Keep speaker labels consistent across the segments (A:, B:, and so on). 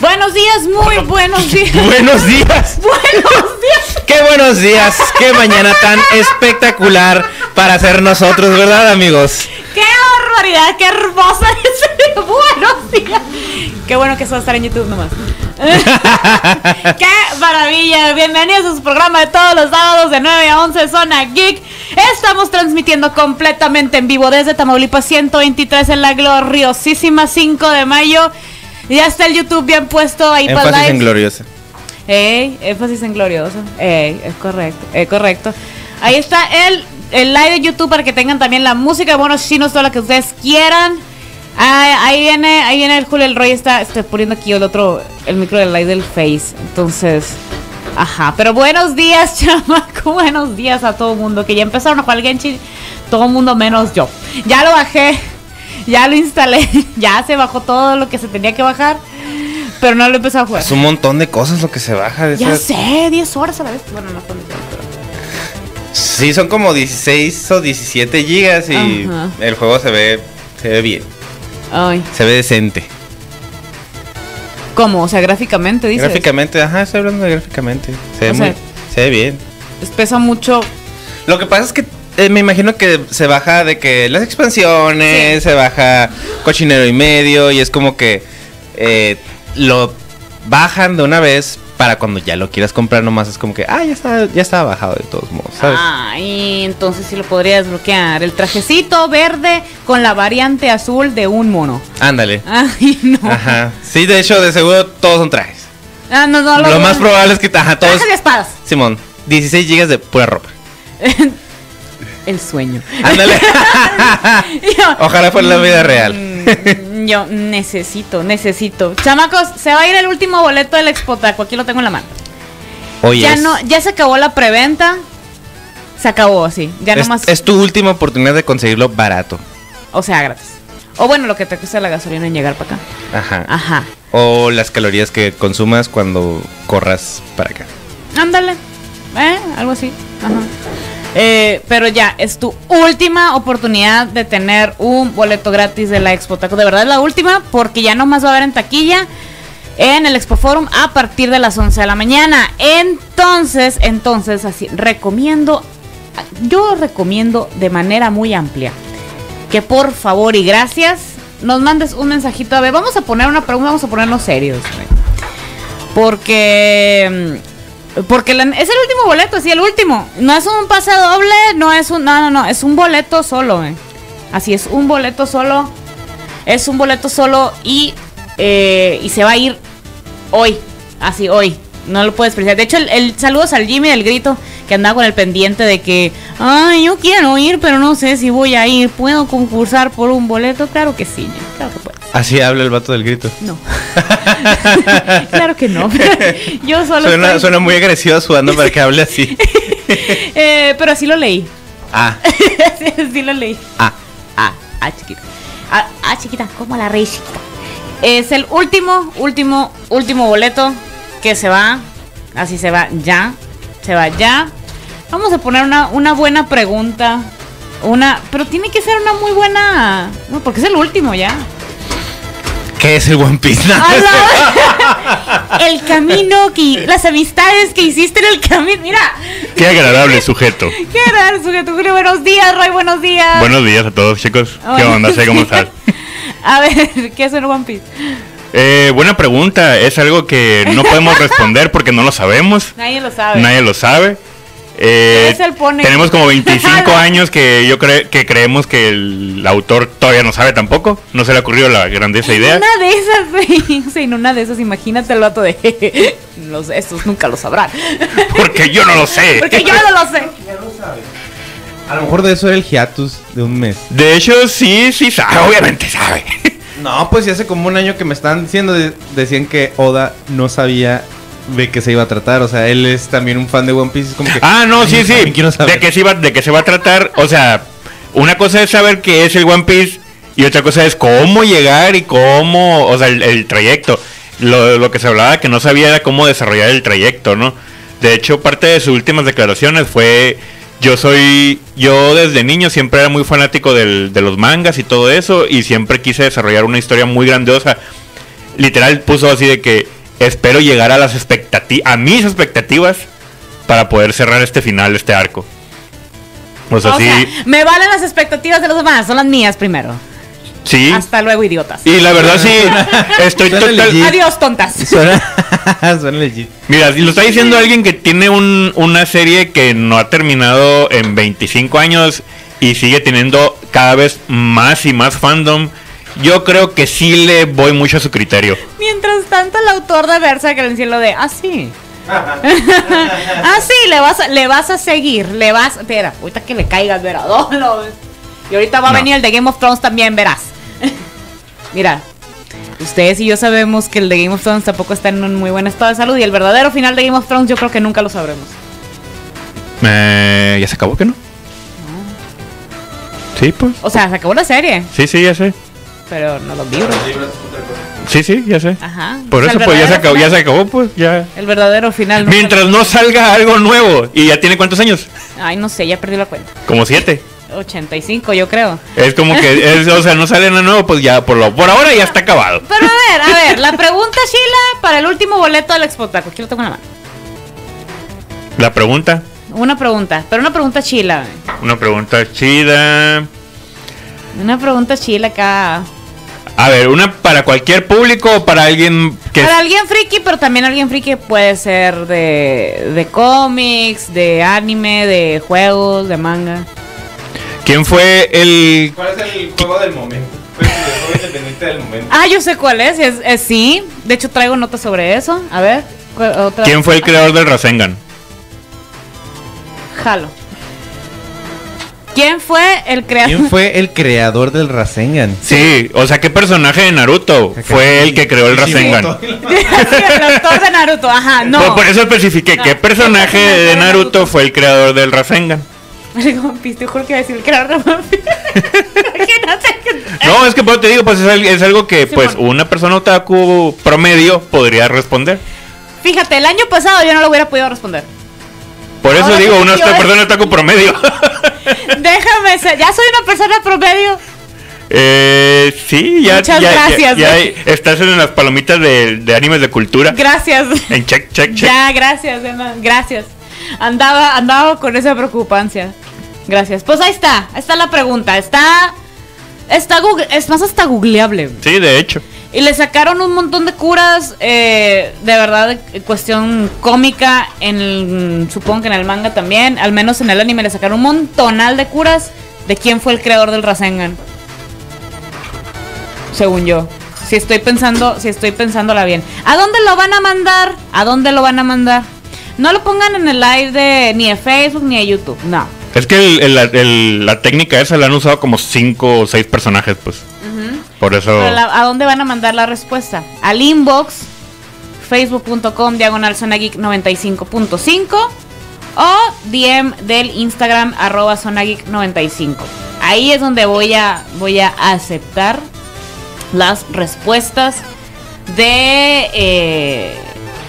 A: buenos días, muy buenos días.
B: Buenos días.
A: buenos días.
B: Qué buenos días, qué mañana tan espectacular para ser nosotros, ¿verdad, amigos?
A: Qué barbaridad, qué hermosa es. buenos días. Qué bueno que eso va a estar en YouTube nomás. ¡Qué maravilla! Bienvenidos a su programa de todos los sábados de 9 a 11, Zona Geek. Estamos transmitiendo completamente en vivo desde Tamaulipas 123 en la gloriosísima 5 de mayo. Ya está el YouTube bien puesto ahí para
B: Énfasis en
A: live.
B: gloriosa.
A: Ey, énfasis en glorioso. Ey, es correcto, es correcto. Ahí está el, el live de YouTube para que tengan también la música de bonos chinos, toda la que ustedes quieran. Ah, ahí viene, ahí viene el Julio El Roy está, está poniendo aquí el otro, el micro del live del Face. Entonces, ajá. Pero buenos días, chamaco. Buenos días a todo el mundo. Que ya empezaron a jugar al Genshin. Todo el mundo menos yo. Ya lo bajé. Ya lo instalé. Ya se bajó todo lo que se tenía que bajar. Pero no lo he empezado a jugar.
B: Es un montón de cosas lo que se baja. de
A: Ya
B: esas-
A: sé, 10 horas a la vez. Bueno, no son 10 horas, pero-
B: Sí, son como 16 o 17 gigas y
A: Ajá.
B: el juego se ve, se ve bien,
A: Ay,
B: se ve decente.
A: ¿cómo? O sea, gráficamente, dices.
B: Gráficamente, ajá, estoy hablando de gráficamente. Se ve,
A: O sea-
B: muy- se ve bien.
A: pues, Pesa mucho.
B: Lo que pasa es que eh, me imagino que se baja de que las expansiones, se baja cochinero y medio y es como que eh, lo bajan de una vez para cuando ya lo quieras comprar nomás es como que, ah, ya está, ya está bajado de todos modos, ¿sabes?
A: Ah. Ay, entonces sí lo podría desbloquear. El trajecito verde con la variante azul de un mono.
B: Ándale.
A: Ay, no.
B: Ajá. Sí, de hecho, de seguro todos son trajes.
A: Ah, no, no,
B: lo más probable es que ajá, todos...
A: Trajes de espadas.
B: Simón, 16 gigas de pura ropa.
A: El sueño.
B: Ándale.
A: Yo-
B: Ojalá fuera la vida real.
A: Mm, Yo necesito, necesito. Chamacos, se va a ir el último boleto del Expotaco. Aquí lo tengo en la mano.
B: Oye,
A: ya
B: es-
A: no, ya se acabó la preventa. Se acabó, sí. Ya
B: es,
A: nomás.
B: es tu última oportunidad de conseguirlo barato.
A: O sea, gratis. O bueno, lo que te cuesta la gasolina en llegar para acá.
B: Ajá.
A: Ajá.
B: O las calorías que consumas cuando corras para acá.
A: Ándale. ¿Eh? Algo así. Ajá. Eh, pero ya, es tu última oportunidad de tener un boleto gratis de la Expo Taco. De verdad es la última, porque ya nomás va a haber en taquilla en el Expo Forum a partir de las 11 de la mañana. Entonces, entonces, así, recomiendo, yo recomiendo de manera muy amplia que por favor y gracias nos mandes un mensajito. A ver, vamos a poner una pregunta, vamos a ponernos serios. güey. Porque. mm, Porque la- es el último boleto, sí, el último. No es un pase doble, no es un. No, no, no, es un boleto solo, güey. Así es, un boleto solo. Es un boleto solo y. eh, y se va a ir hoy. Así, hoy. No lo puedes precisar. De hecho, el, el- saludos al Jimmy del grito que andaba con el pendiente de que. Ay, yo quiero ir, pero no sé si voy a ir. ¿Puedo concursar por un boleto? Claro que sí, ya, claro que puedes.
B: Así habla el vato del grito.
A: No. claro que no. Yo solo.
B: Suena,
A: estoy-
B: suena muy agresivo sudando para que hable así.
A: Eh, pero así lo leí.
B: Ah,
A: sí lo leí.
B: ah.
A: Ah, ah, chiquita. Ah, ah, chiquita, como la rey chiquita. Es el último, último, último boleto que se va. Así se va ya. Se va ya. Vamos a poner una, una buena pregunta. Una. Pero tiene que ser una muy buena. No, porque es el último ya.
B: ¿Qué es el One Piece? No,
A: A la- Ah, el camino que. Las amistades que hiciste en el camino. Mira.
C: Qué agradable sujeto.
A: Qué raro, sujeto. Julio, Buenos días, Roy. Buenos días.
C: Buenos días a todos, chicos. ¿Qué
A: Hola.
C: onda? Sé cómo estás.
A: Ah, A ver, ¿qué es el One Piece?
C: Eh, buena pregunta. Es algo que no podemos responder porque no lo sabemos.
A: Nadie lo sabe.
C: Nadie lo sabe. Eh,
A: Es el pone.
C: tenemos como 25 años que yo creo que creemos que el autor todavía no sabe tampoco. No se le ha ocurrido la grandiosa idea.
A: Una de esas, güey. Sí, en una de esas, imagínate el vato de. Los, estos nunca lo sabrán.
C: Porque yo no lo sé.
A: Porque yo no lo sé.
B: A lo mejor de eso era el hiatus de un mes.
C: De hecho, sí, sí sabe. Obviamente sabe.
B: No, pues ya hace como un año que me estaban diciendo, de- decían que Oda no sabía de qué se iba a tratar. O sea, él es también un fan de One Piece. Es como que.
C: Ah, no, sí,
B: Quiero
C: sí.
B: saber, quiero saber.
C: ¿De qué, se va, ¿De qué se va a tratar? O sea, una cosa es saber qué es el One Piece y otra cosa es cómo llegar y cómo, o sea, el, el trayecto. Lo, lo que se hablaba que no sabía era cómo desarrollar el trayecto, ¿no? De hecho, parte de sus últimas declaraciones fue, yo soy, yo desde niño siempre era muy fanático del- de los mangas y todo eso y siempre quise desarrollar una historia muy grandiosa literal puso así de que espero llegar a las expectativas, a mis expectativas, para poder cerrar este final, este arco. O sea,
A: O
C: sí,
A: sea, me valen las expectativas de los demás, son las mías primero.
C: sí.
A: Hasta luego, idiotas.
C: Y la verdad sí, estoy
B: Suena
C: total...
B: legit.
A: Adiós, tontas.
B: Suena, suena legit.
C: Mira, lo está diciendo alguien que tiene un- una serie que no ha terminado en 25 años y sigue teniendo cada vez más y más fandom. Yo creo que sí le voy mucho a su criterio.
A: Mientras tanto, el autor de Berserk en el cielo de, ah, sí. ah, sí, le vas, a, le vas a seguir, le vas... Espera, ahorita que le caigas, verás. no, no. Y ahorita va a
C: No.
A: venir el de Game of Thrones también, verás. Mira, ustedes y yo sabemos que el de Game of Thrones tampoco está en un muy buen estado de salud y el verdadero final de Game of Thrones yo creo que nunca lo sabremos.
C: Eh, ¿Ya se acabó que no?
A: Ah.
C: Sí, pues.
A: O sea, se acabó la serie,
C: Sí, sí, ya sé.
A: pero no los libros.
C: Sí, sí, ya sé.
A: Ajá.
C: Por
A: Ah. O sea,
C: eso,
A: el
C: pues ya se,
A: verdadero
C: acabó, ya
A: final-
C: se acabó, pues ya.
A: El verdadero final. nunca
C: Mientras no salga algo nuevo. ¿Y ya tiene cuántos años?
A: lo- Ay, no sé, ya perdí la cuenta.
C: Como siete.
A: 85, yo creo.
C: Es como que, es- o sea, no sale nada nuevo, pues ya, por, lo, por ahora ya está acabado.
A: Pero a ver, a ver, la pregunta, Sheila, para el último boleto del Expo Taco. Aquí lo tengo en la mano.
C: La pregunta,
A: Una pregunta, pero una pregunta chila.
C: una pregunta chida.
A: Una pregunta chila acá.
C: A ver, una para cualquier público o para alguien que...
A: Para alguien friki, pero también alguien friki puede ser de, de cómics, de anime, de juegos, de manga.
C: ¿Quién fue el...
B: ¿Cuál es el juego del momento? ¿Cuál es el juego independiente del momento?
A: Ah, yo sé cuál es, es, es- sí. De hecho, traigo notas sobre eso. A ver, ¿cuál- otra.
C: ¿Quién fue el creador del Rasengan?
A: Jalo. ¿Quién fue el creador?
B: ¿Quién fue el creador del Rasengan?
C: Sí, o sea, ¿qué personaje de Naruto fue el que creó el Rasengan?
A: el autor de Naruto, ajá, no.
C: Por, por eso especifiqué,
A: No.
C: ¿qué personaje de Naruto fue el creador del Rasengan?
A: Marico, One Piece, te juro que iba a decir el creador de One Piece. Imagínate que-
C: No, es que pues, te digo, pues es, al- es algo que pues
A: Simón.
C: una persona otaku promedio podría responder.
A: Fíjate, el año pasado yo no lo hubiera podido responder.
C: Por eso
A: Ahora
C: digo,
A: sí,
C: una
A: yo-
C: persona otaku promedio.
A: Déjame ser, ya soy una persona promedio.
C: Eh, sí, ya,
A: Muchas
C: ya- ya-
A: gracias,
C: ya
A: güey.
C: estás en las palomitas de, de animes de cultura.
A: Gracias.
C: en check, check, check.
A: Ya, gracias, Emma, gracias. Andaba, andaba con esa preocupancia. Gracias. Pues ahí está, ahí está la pregunta. Está. Está Google, es más hasta googleable.
C: Sí, de hecho.
A: Y le sacaron un montón de curas, eh, de verdad, de cuestión cómica, en el- supongo que en el manga también, al menos en el anime le sacaron un montonal de curas de quién fue el creador del Rasengan. Según yo. Si estoy pensando, si estoy pensándola bien. ¿A dónde lo van a mandar? ¿A dónde lo van a mandar? No lo pongan en el live de ni de Facebook ni de YouTube. No.
C: Es que el- el- la- el- la técnica esa la han usado como cinco o seis personajes, pues. Por eso.
A: Pero la- ¿A dónde van a mandar la respuesta? Al inbox facebook.com diagonal zona geek 95.5 o DM del Instagram arroba zona geek 95. Ahí es donde voy a, voy a aceptar las respuestas de eh,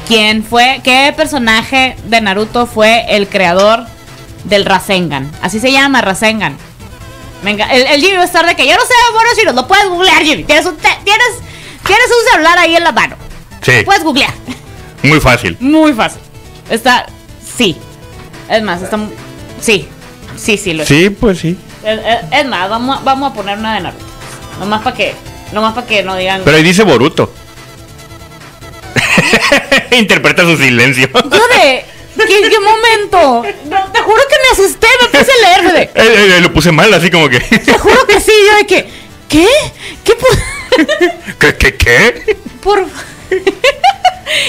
A: quién fue, qué personaje de Naruto fue el creador del Rasengan. Así se llama Rasengan. Venga, el, el Jimmy va a estar de que yo no sé, bueno, si no lo puedes googlear, Jimmy. Tienes un, te- tienes, tienes un celular ahí en la mano.
C: sí,
A: Puedes googlear.
C: muy fácil.
A: Muy fácil. Está, sí. Es más, está, mu- sí. Sí, sí, lo es.
C: Sí, pues sí.
A: Es, es- es más, vamos, a- vamos a poner una de Naruto. Nomás para que, nomás para que no digan.
C: Pero ahí dice Boruto. Interpreta su silencio.
A: Yo de, ¿qué, qué momento? No, te juro que me asusté, me puse a leer, de-
C: Eh, eh, eh, lo puse mal, así como que.
A: Te juro que sí, yo de que, ¿qué? ¿Qué? pu-
C: ¿Qué? ¿Qué? qué?
A: por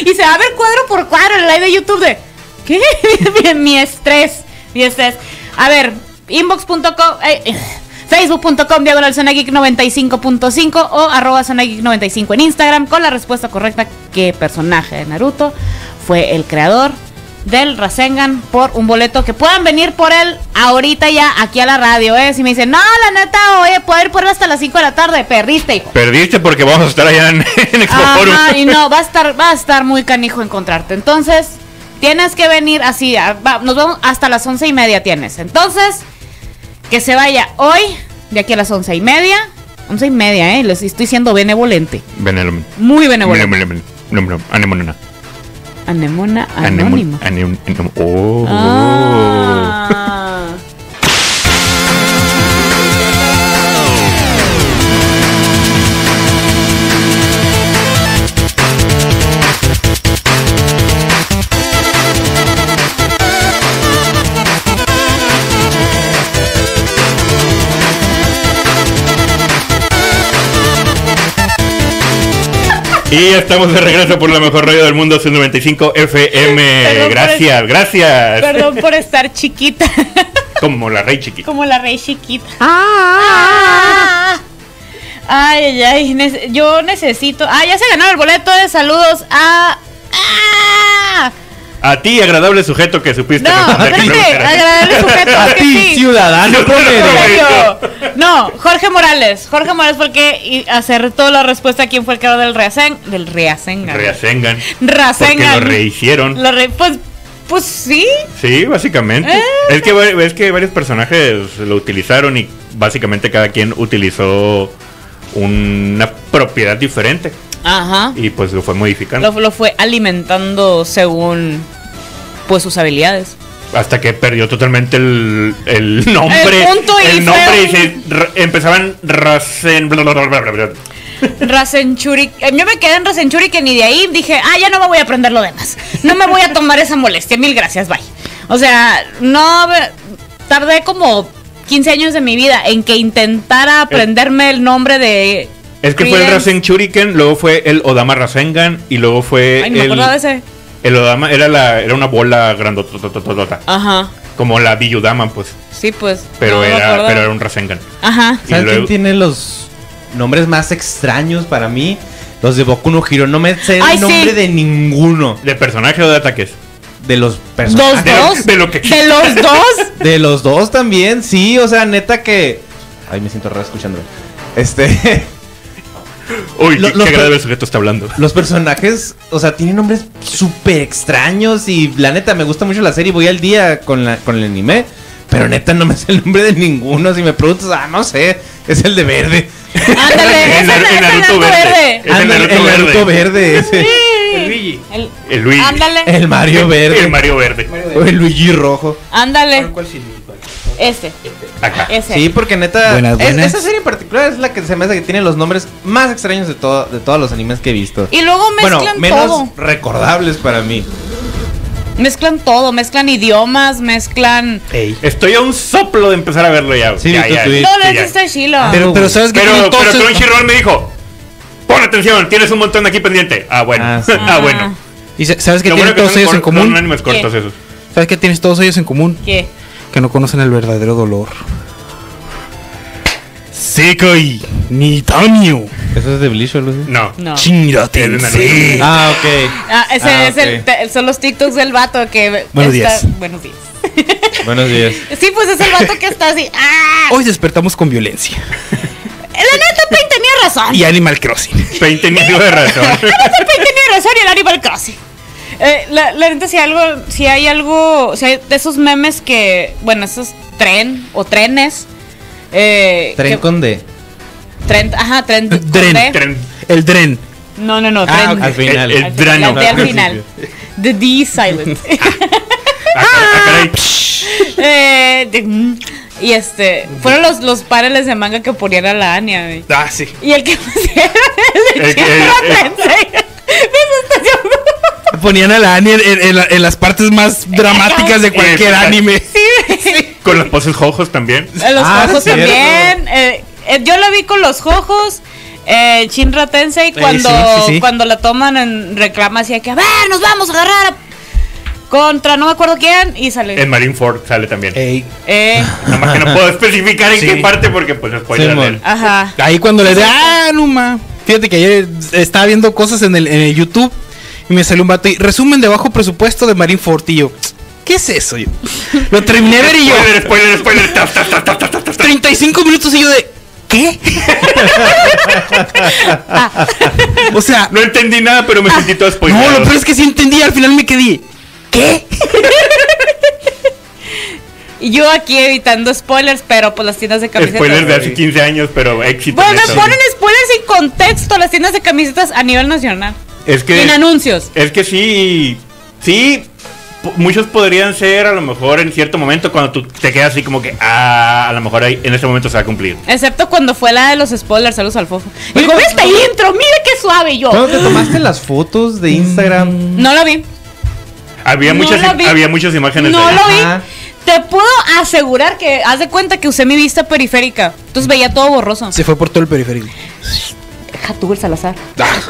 A: y se va a ver cuadro por cuadro en el live de YouTube de ¿qué? mi, mi estrés, mi estrés. A ver, inbox.com eh, eh, Facebook.com diagonal zona geek 95.5 o arroba zona geek 95 en Instagram con la respuesta correcta que personaje de Naruto fue el creador del Rasengan por un boleto que puedan venir por él ahorita ya aquí a la radio. Eh. Si me dicen, no, la neta, voy a poder por él hasta las 5 de la tarde, perdiste, hijo.
C: Perdiste porque vamos a estar allá en, en Expo Forum.
A: Ajá, y no, va a estar, va a estar muy canijo encontrarte. Entonces, tienes que venir así, a- va- nos vamos hasta las once y media tienes. Entonces, que se vaya hoy, de aquí a las once y media. Once y media, eh, les estoy siendo benevolente.
C: Ven, el-
A: Muy benevolente.
C: Mira, mira, mira. No, no, anemonona.
A: Anemona anónima.
C: Anemon- anem- anem- Oh.
A: Ah.
C: Y estamos de regreso por la mejor radio del mundo, 195 FM.
A: Perdón por
C: Gracias, gracias.
A: Perdón por estar chiquita,
C: Como la rey chiquita.
A: como la rey chiquita. Ah. Ay, ay, ay, nece- yo necesito. Ah, ya se ganó el boleto de saludos a. Ah.
C: A ti, agradable sujeto que supiste
A: Este No,
C: responder mi
A: espérate,
C: pregunta.
A: agradable sujeto.
B: A
A: es que
B: ti,
A: sí.
B: ciudadano
A: En
B: promedio.
A: serio. No, Jorge Morales. Jorge Morales fue el que y- acertó la respuesta a quién fue el creador del Reacen. Del Reacengan.
C: Reacengan.
A: Reacengan.
C: Porque lo rehicieron.
A: Lo re- pues, pues sí.
C: Sí, básicamente.
A: Eh.
C: Es que va- es que varios personajes lo utilizaron y básicamente cada quien utilizó una propiedad diferente
A: Ajá.
C: y pues lo fue modificando
A: Lo, lo fue alimentando según pues sus habilidades.
C: hasta que perdió totalmente el, el nombre
A: El punto y
C: el nombre y
A: fue
C: se r- empezaban racen bla, bla, bla, bla, bla, bla.
A: Rasenchuri. eh, Yo me quedé en Rasenchuri que ni de ahí dije, ah, ya no me voy a aprender lo demás. No me voy a tomar esa molestia. Mil gracias, bye. O sea, no ve- tardé como 15 años de mi vida en que intentara aprenderme el nombre de.
C: es que fue el
A: Creedence.
C: Rasen Churiken, luego fue el Odama Rasengan y luego fue
A: Ay, no me
C: el,
A: acordaba de ese.
C: el Odama era la era una bola grandototototota,
A: Ajá.
C: como la Biyudama pues,
A: Sí, pues. Ah. no
C: pero
A: me
C: era
A: acordaba.
C: pero era un Rasengan.
A: Ajá.
C: Y
B: ¿Sabes
C: luego-
B: quién tiene los nombres más extraños para mí? Los de Boku no Hero. No me sé
A: Ay,
B: el nombre
A: sí.
B: de ninguno
C: ¿De personaje o de ataques?
B: de los
A: ¿Los
B: personajes.
A: dos?
C: de lo que-
A: ¿De los dos?
B: De los dos también, sí. O sea, neta que. Ay, me siento raro escuchándolo. Este.
C: Uy,
B: Lo-
C: qué,
B: los
C: qué agradable
B: per-
C: sujeto está hablando.
B: Los personajes, o sea, tienen nombres súper extraños y la neta me gusta mucho la serie, voy al día con, la, con el anime, pero neta no me sé el nombre de ninguno, si me preguntas, ah, no sé, es el de verde.
A: Ándale,
C: El
A: ese
C: Nar-
A: es
C: el
A: el
C: Naruto
A: Naruto
C: verde.
A: verde.
C: Es el
B: Ándale,
C: Naruto verde.
B: verde, ese.
A: Sí.
D: Luigi.
A: El-
C: El Luigi.
A: Ándale.
B: el Mario verde,
C: El Mario Verde.
B: o el Luigi rojo.
A: Ándale.
D: ¿Cuál sí? ¿Cuál?
A: Este.
C: Acá.
A: Ese.
B: Sí, porque neta,
E: Buenas,
B: es-
E: buenas.
B: esa serie en particular es la que se me hace que tiene los nombres más extraños de, todo, de todos los animes que he visto.
A: Y luego mezclan
B: Bueno, menos
A: todo.
B: recordables para mí.
A: Mezclan todo, mezclan idiomas, mezclan.
C: Eh, Estoy a un soplo de empezar a verlo ya.
B: Sí,
C: ya,
B: vi tu
C: ya,
B: tweet.
A: No, no,
C: ya.
A: sí está chilo.
E: Pero, pero sabes que
C: Pero,
E: tienen todos
C: pero
E: esos-
C: Crunchyroll me dijo: Pon atención, tienes un montón aquí pendiente. Ah, bueno. Ah,
B: Ah, sí.
C: bueno.
E: y sa- sabes que
C: Lo bueno
E: tienen
C: que
E: todos
C: son
E: ellos en
C: cor- son
E: común.
C: animes cortos
A: ¿Qué?
C: esos.
E: Sabes que tienes todos ellos en común
A: ¿Qué?
E: que no conocen el verdadero dolor. Sekai Nitanyo
B: Eso es de Bleach, o algo así?
C: No.
A: No.
E: Tensei.
B: Ah, ok.
A: Ah, ese
B: Ah,
A: es el,
B: ok.
A: te- son los TikToks del vato que.
E: Buenos
A: está-
E: días.
A: Buenos días.
B: Buenos días.
A: Sí, pues es el vato que está así. ¡Ah!
E: Hoy despertamos con violencia
A: La neta, Pain tenía razón.
E: y Animal Crossing.
C: Pain tenía algo de razón.
A: La neta, Pain tenía razón y el Animal Crossing. Eh, la, la neta, si, algo, si hay algo. Si hay de esos memes que. Bueno, esos tren o trenes. Eh,
B: Tren
A: que-
B: con D.
A: tren- Ajá, tren. con
E: Dren.
A: D.
C: Tren-
E: El Dren.
A: No, no, no.
B: Ah,
A: tren.
B: ok. Al final.
C: El, el
A: Al final,
C: drano.
A: la D al final. The D is silent.
C: Ah, car- ah, caray.
A: Eh, de- mm. y este, fueron los, los paneles de manga que ponían a la Anya, güey.
E: Ah, sí.
C: Eh,
A: Y el que Eh, pusieron el de
C: El que-
A: Chihiro
C: el- el-
A: Tensei. Me
E: Ponían a la Annie en, en- en la- en las partes más dramáticas de cualquier
C: Exacto.
E: anime.
A: asustó, Eh, sí, güey.
C: eh, Con los poses ojos también.
A: Eh, Los
B: Ah,
A: ojos
B: sí, cierto.
A: también. eh, eh, yo lo vi con los ojos. Eh, Shinra Tensei cuando,
E: sí, sí, sí.
A: cuando la toman en reclama hacía que a ver, nos vamos a agarrar a- contra no me acuerdo quién y sale.
C: En Marineford sale también.
E: Ey.
A: Eh,
C: Nada más que no puedo especificar en
E: Sí.
C: qué parte porque pues spoiler
B: Simón.
C: alert.
A: ajá.
E: Ahí cuando le de ah, no ma. Fíjate que ayer estaba viendo cosas en el, en el YouTube y me salió un vato y resumen de bajo presupuesto de Marín Fortillo. ¿Qué es eso? Yo? Lo terminé de ver y yo
C: Spoiler, spoiler, spoiler. ta, ta, ta, ta, ta, ta, ta.
E: 35 minutos y yo de ¿qué?
A: Ah.
E: o sea,
C: No entendí nada, pero me sentí todo
E: no,
C: spoiler.
E: lo peor es que sí entendí, al final me quedé. ¿Qué?
A: Y yo aquí evitando spoilers, pero pues las tiendas de camisetas.
C: Spoiler de hace 15 años, pero éxito.
A: Bueno,
C: en eso.
A: ponen spoilers sin contexto las tiendas de camisetas a nivel nacional.
C: Es que.
A: Sin anuncios.
C: Es que sí, sí, p- muchos podrían ser a lo mejor en cierto momento cuando tú te quedas así como que, ah, a lo mejor ahí, en ese momento se va a cumplir.
A: Excepto cuando fue la de los spoilers, saludos al fofo. Dijo, ve esta intro, mira qué suave Y yo.
B: ¿Cuándo te tomaste las fotos de Instagram?
A: No la vi.
C: Había,
A: No
C: muchas,
A: la
C: im-
A: vi.
C: había muchas imágenes
A: No
C: ahí.
A: lo vi.
B: Ajá.
A: Te puedo asegurar que haz de cuenta que usé mi vista periférica. Entonces veía todo borroso.
E: Se fue por todo el periférico.
A: Deja tú el Salazar.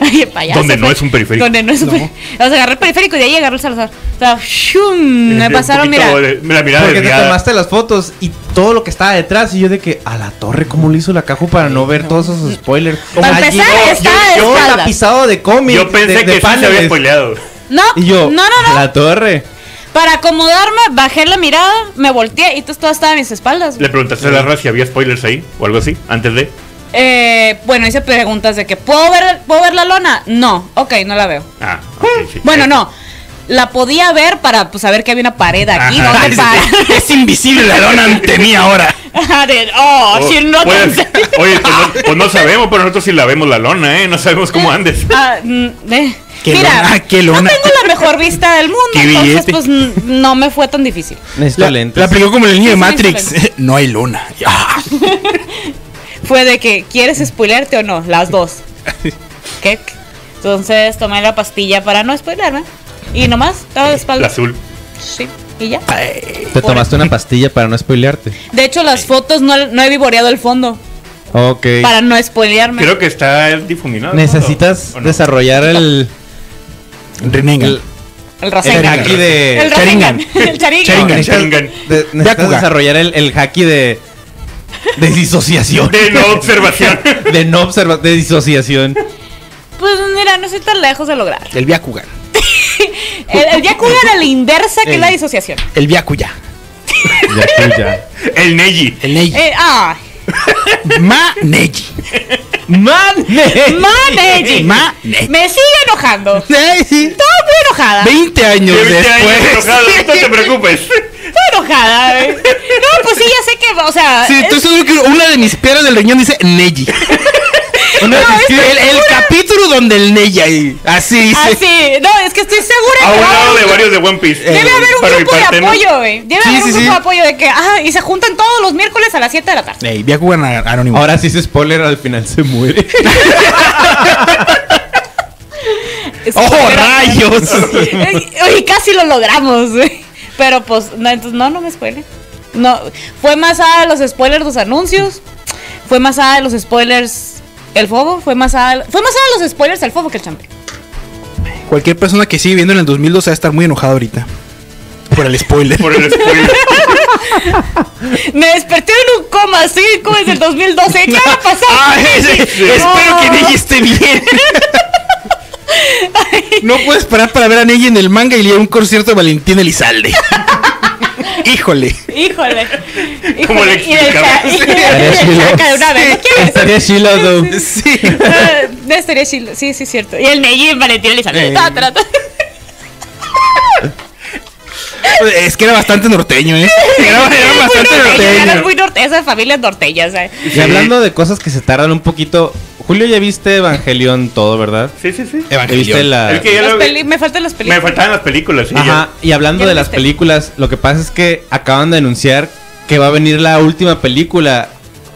A: Ay, payaso,
C: Ah. Donde no
A: pues.
C: es un periférico.
A: Donde no es un periférico. O sea, agarré el periférico y de ahí agarré el Salazar. O sea, shum, me
C: Un
A: pasaron,
C: poquito
A: mira.
C: de- la mirada
B: Porque te
C: desviada.
B: tomaste las fotos y todo lo que estaba detrás. Y yo de que, a la torre, ¿cómo lo hizo la Caju para no ver todos esos spoilers?
A: Para
B: Allí-
A: empezar, estaba de
B: yo, yo
A: espaldas.
B: tapizado de cómic.
C: Yo pensé
B: de- de
C: que sí se había
B: paneles.
C: spoileado.
A: No,
B: Y yo,
A: no, no, no.
B: la torre.
A: Para acomodarme, bajé la mirada, me volteé y entonces todo estaba a mis espaldas.
C: Le preguntaste a Larra si había spoilers ahí o algo así, antes de.
A: Eh, bueno, hice preguntas de que ¿puedo ver, ¿puedo ver la lona? No, ok, no la veo.
C: Ah, ok, sí.
A: Uh, Bueno, no. La podía ver para pues, saber que había una pared aquí.
C: Ajá.
A: ¿dónde para-
E: es invisible la lona ante mí ahora.
A: Ajá, de- oh,
C: Oh,
A: she not
C: pues-
A: consent-
C: oye, pues no, pues no sabemos, pero nosotros sí la vemos la lona, ¿eh? No sabemos cómo andes.
A: Ah, mm, eh.
E: Qué
A: Mira,
E: lona, qué lona.
A: no tengo la mejor vista del mundo,
C: Qué
A: entonces
C: billete.
A: pues n- no me fue tan difícil.
B: Necesito
E: La,
B: lentes.
E: la aplicó como el niño
A: Sí,
E: de
A: sí,
E: Matrix.
A: sí,
E: No hay lona. Ah,
A: Fue de que, ¿quieres spoilearte o no? Las dos. ¿Qué? Entonces tomé la pastilla para no spoilerme. Y nomás, estaba de
C: La
A: espaldas.
C: azul.
A: Sí, y ya.
B: Te tomaste una pastilla para no spoilearte.
A: De hecho, las fotos no, no he vivoreado el fondo
B: Ok.
A: para no spoilearme.
C: Creo que está difuminado. ¿no?
B: Necesitas
C: ¿O no?
B: desarrollar el,
E: Renegan.
B: el-
A: el
B: el
A: Rasengan.
B: haki de. eh,
A: El Rasengan. El
E: Sharingan.
A: Charingan.
B: No, necesitas
C: Sharingan.
B: de- necesitas
E: Byakuga.
B: desarrollar el, el haki de. De disociación.
C: De no observación.
B: De no observa de disociación.
A: Pues mira, no estoy tan lejos de lograr.
E: El Byakugan.
A: El, el Yakuza era la inversa que
E: Ey.
A: la disociación.
E: El Byakuya.
B: Ya, ya.
C: El Neji.
E: El Neji.
A: Eh, ah,
E: Ma Neji.
B: ¡Man!
A: Maneji.
E: Ma Neji.
A: Me sigue enojando.
E: Ay, sí.
A: Estaba muy enojada. Estoy
E: 20 años
C: 20 años
E: después.
C: enojado, no te preocupes.
A: enojada. eh. No, pues sí, ya sé que, o sea,
E: Sí,
A: es-
E: estoy seguro que una de mis piedras del riñón dice Neji. Una de mis piedras- el, el capítulo donde el Neji ahí. Así dice.
A: así. No, es que estoy segura
C: A
A: que
C: un
A: va a haber
C: lado
A: un-
C: de varios de One Piece.
A: Ah, Debe haber un
C: Para mi
A: grupo de
C: parte, ¿no?
A: apoyo, güey. Debe
E: Sí,
A: haber un
E: sí,
A: grupo
E: sí.
A: de apoyo de que, ah, y se juntan todos los miércoles a las 7 de la tarde.
E: Ey, Byakugan a- anónimo.
B: Ahora sí es spoiler, al final se muere.
E: ¡Oh, rayos!
A: Oye, eh, casi lo logramos, güey. Pero pues, no, entonces, no, no me spoilen. No, fue más a los spoilers los anuncios. Fue más a los spoilers el fobo. Fue más a, fue más a los spoilers el fobo que el champi.
E: Cualquier persona que sigue viendo en el 2012 va a estar muy enojada ahorita. Por el spoiler.
C: Por el spoiler.
A: Me desperté en un coma, estoy en coma desde el 2012. ¿Qué va a
E: Ah, ese- Espero que Neji esté bien. No puedo esperar para ver a Neji en el manga y leer un concierto de Valentín Elizalde. Híjole.
A: Híjole.
C: ¿Cómo le
A: Híjole. Y del
C: explicamos?
A: cha- y del- y del chaca de una vez. ¿No quieres?
B: Estaría chilo, dude.
E: Sí.
A: Ah, no, estaría chilo. Sí, sí, cierto. Y el Neji Valentín Elizalde.
E: Eh.
A: Ta, ta, ta.
E: Es que era bastante norteño, ¿eh? Era, era
A: Muy
E: bastante
A: norteño, era
E: norteño.
A: muy norte- Esa familia es norteña, o sea.
B: Y hablando de cosas que se tardan un poquito. Julio, ya viste Evangelion todo, ¿verdad?
C: Sí, sí,
A: Eh,
C: sí.
B: Ya ¿Viste la...
C: Es que ya
A: Las
C: lo
A: peli- me faltan las
C: Me
A: películas.
C: faltaban las películas. sí,
B: Ajá, y hablando
A: Ya
B: de
A: lo
B: las
A: viste.
B: películas, lo que pasa es que acaban de anunciar que va a venir la última película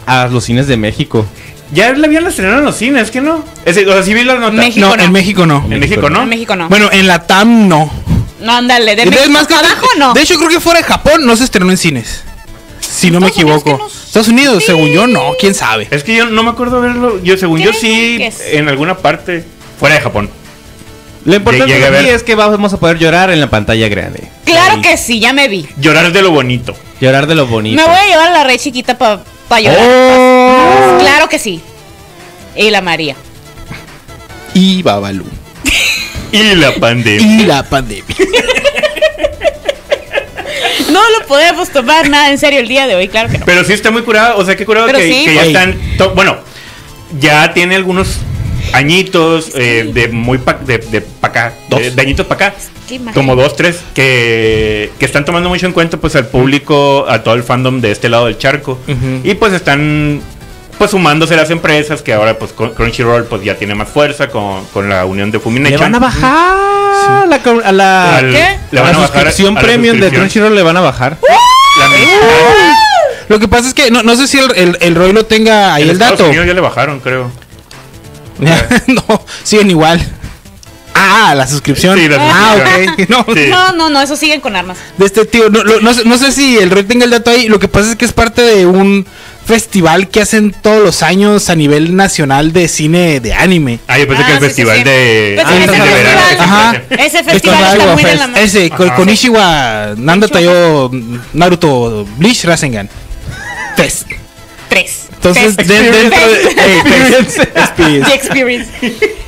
B: a los cines de México.
C: Ya, ya la habían estrenado en los cines, que no? Es decir, o sea, sí vi la nota.
A: México.
E: No,
A: no.
E: en México no.
C: En México, ¿no?
A: En México no.
E: Bueno, en la TAM no.
A: no, ándale. De
E: Entonces,
A: México
E: más que-
A: para abajo no.
E: De hecho, creo que fuera de Japón no se estrenó en cines. Si no me
A: Estados Unidos
E: equivoco.
A: que no-
E: Estados Unidos, según yo, no. ¿Quién sabe?
C: Es que yo no me acuerdo verlo. Yo, según yo,
A: Creo
C: sí,
A: que sí.
C: en alguna parte. Fuera de Japón.
B: Lo importante
C: llegué a
B: aquí
C: ver.
B: es que vamos a poder llorar en la pantalla grande.
A: claro que sí, ya me vi.
C: Llorar de lo bonito.
B: Llorar de lo bonito.
A: Me voy a llevar a la rey chiquita para llorar.
E: ¡Oh!
A: Claro que sí. Y la María.
E: Y Babalu.
C: Y la pandemia.
E: Y la pandemia.
A: No lo podemos tomar nada en serio el día de hoy, claro que no.
C: Pero sí está muy curado. O sea, qué curado
A: Pero
C: que,
A: sí.
C: que ya
E: Ey.
C: están. to- Bueno, ya tiene algunos añitos eh, de muy pa- de, de pa' acá.
E: Dos.
C: De, de añitos para acá.
A: Qué imagen.
C: Como dos, tres, que, que están tomando mucho en cuenta pues al público, a todo el fandom de este lado del charco.
E: Ujú.
C: Y pues están pues sumándose las empresas que ahora pues con- Crunchyroll pues ya tiene más fuerza con, con la unión de
E: Le
C: Fumination.
E: van a bajar a la co- a
B: Ah,
E: la,
C: Al-
E: ¿qué?
C: le
E: A
C: van
E: la
C: a bajar
E: suscripción
C: a la
E: premium de
C: suscripción.
E: Crunchyroll le van a bajar.
C: La misma.
E: Lo que pasa es que no, no sé si el, el, el Roy lo tenga ahí
C: En
E: el
C: Estados
E: dato.
C: Unidos ya le bajaron, creo.
E: no, siguen igual. Ah, la suscripción.
C: Sí, la
E: ah, ok.
C: suscripción.
E: No,
C: Sí.
A: No, no, no, eso siguen con armas.
E: de este tío. No, lo- no sé- no sé si el Roy tenga el dato ahí. Lo que pasa es que es parte de un festival que hacen todos los años a nivel nacional de cine de anime.
C: Ah, yo pensé
A: Ah,
C: que el
A: sí, sí,
C: festival
A: sí.
C: de,
A: Pues
E: sí,
C: el
E: ese
C: de verano
E: festival.
C: que se
E: Ajá.
C: hace.
A: Ese
E: Esto
A: festival
E: es
A: está
E: algo
A: muy de
E: fest.
A: la mano.
E: Ese, con
C: Ajá.
E: Konishiwa, Nanda Tayo, Naruto, Bleach, Rasengan. Fest.
A: Tres.
E: Entonces,
A: Fest.
E: de- dentro de.
A: Fest.
E: Ey, fest. Experience.
A: The Experience.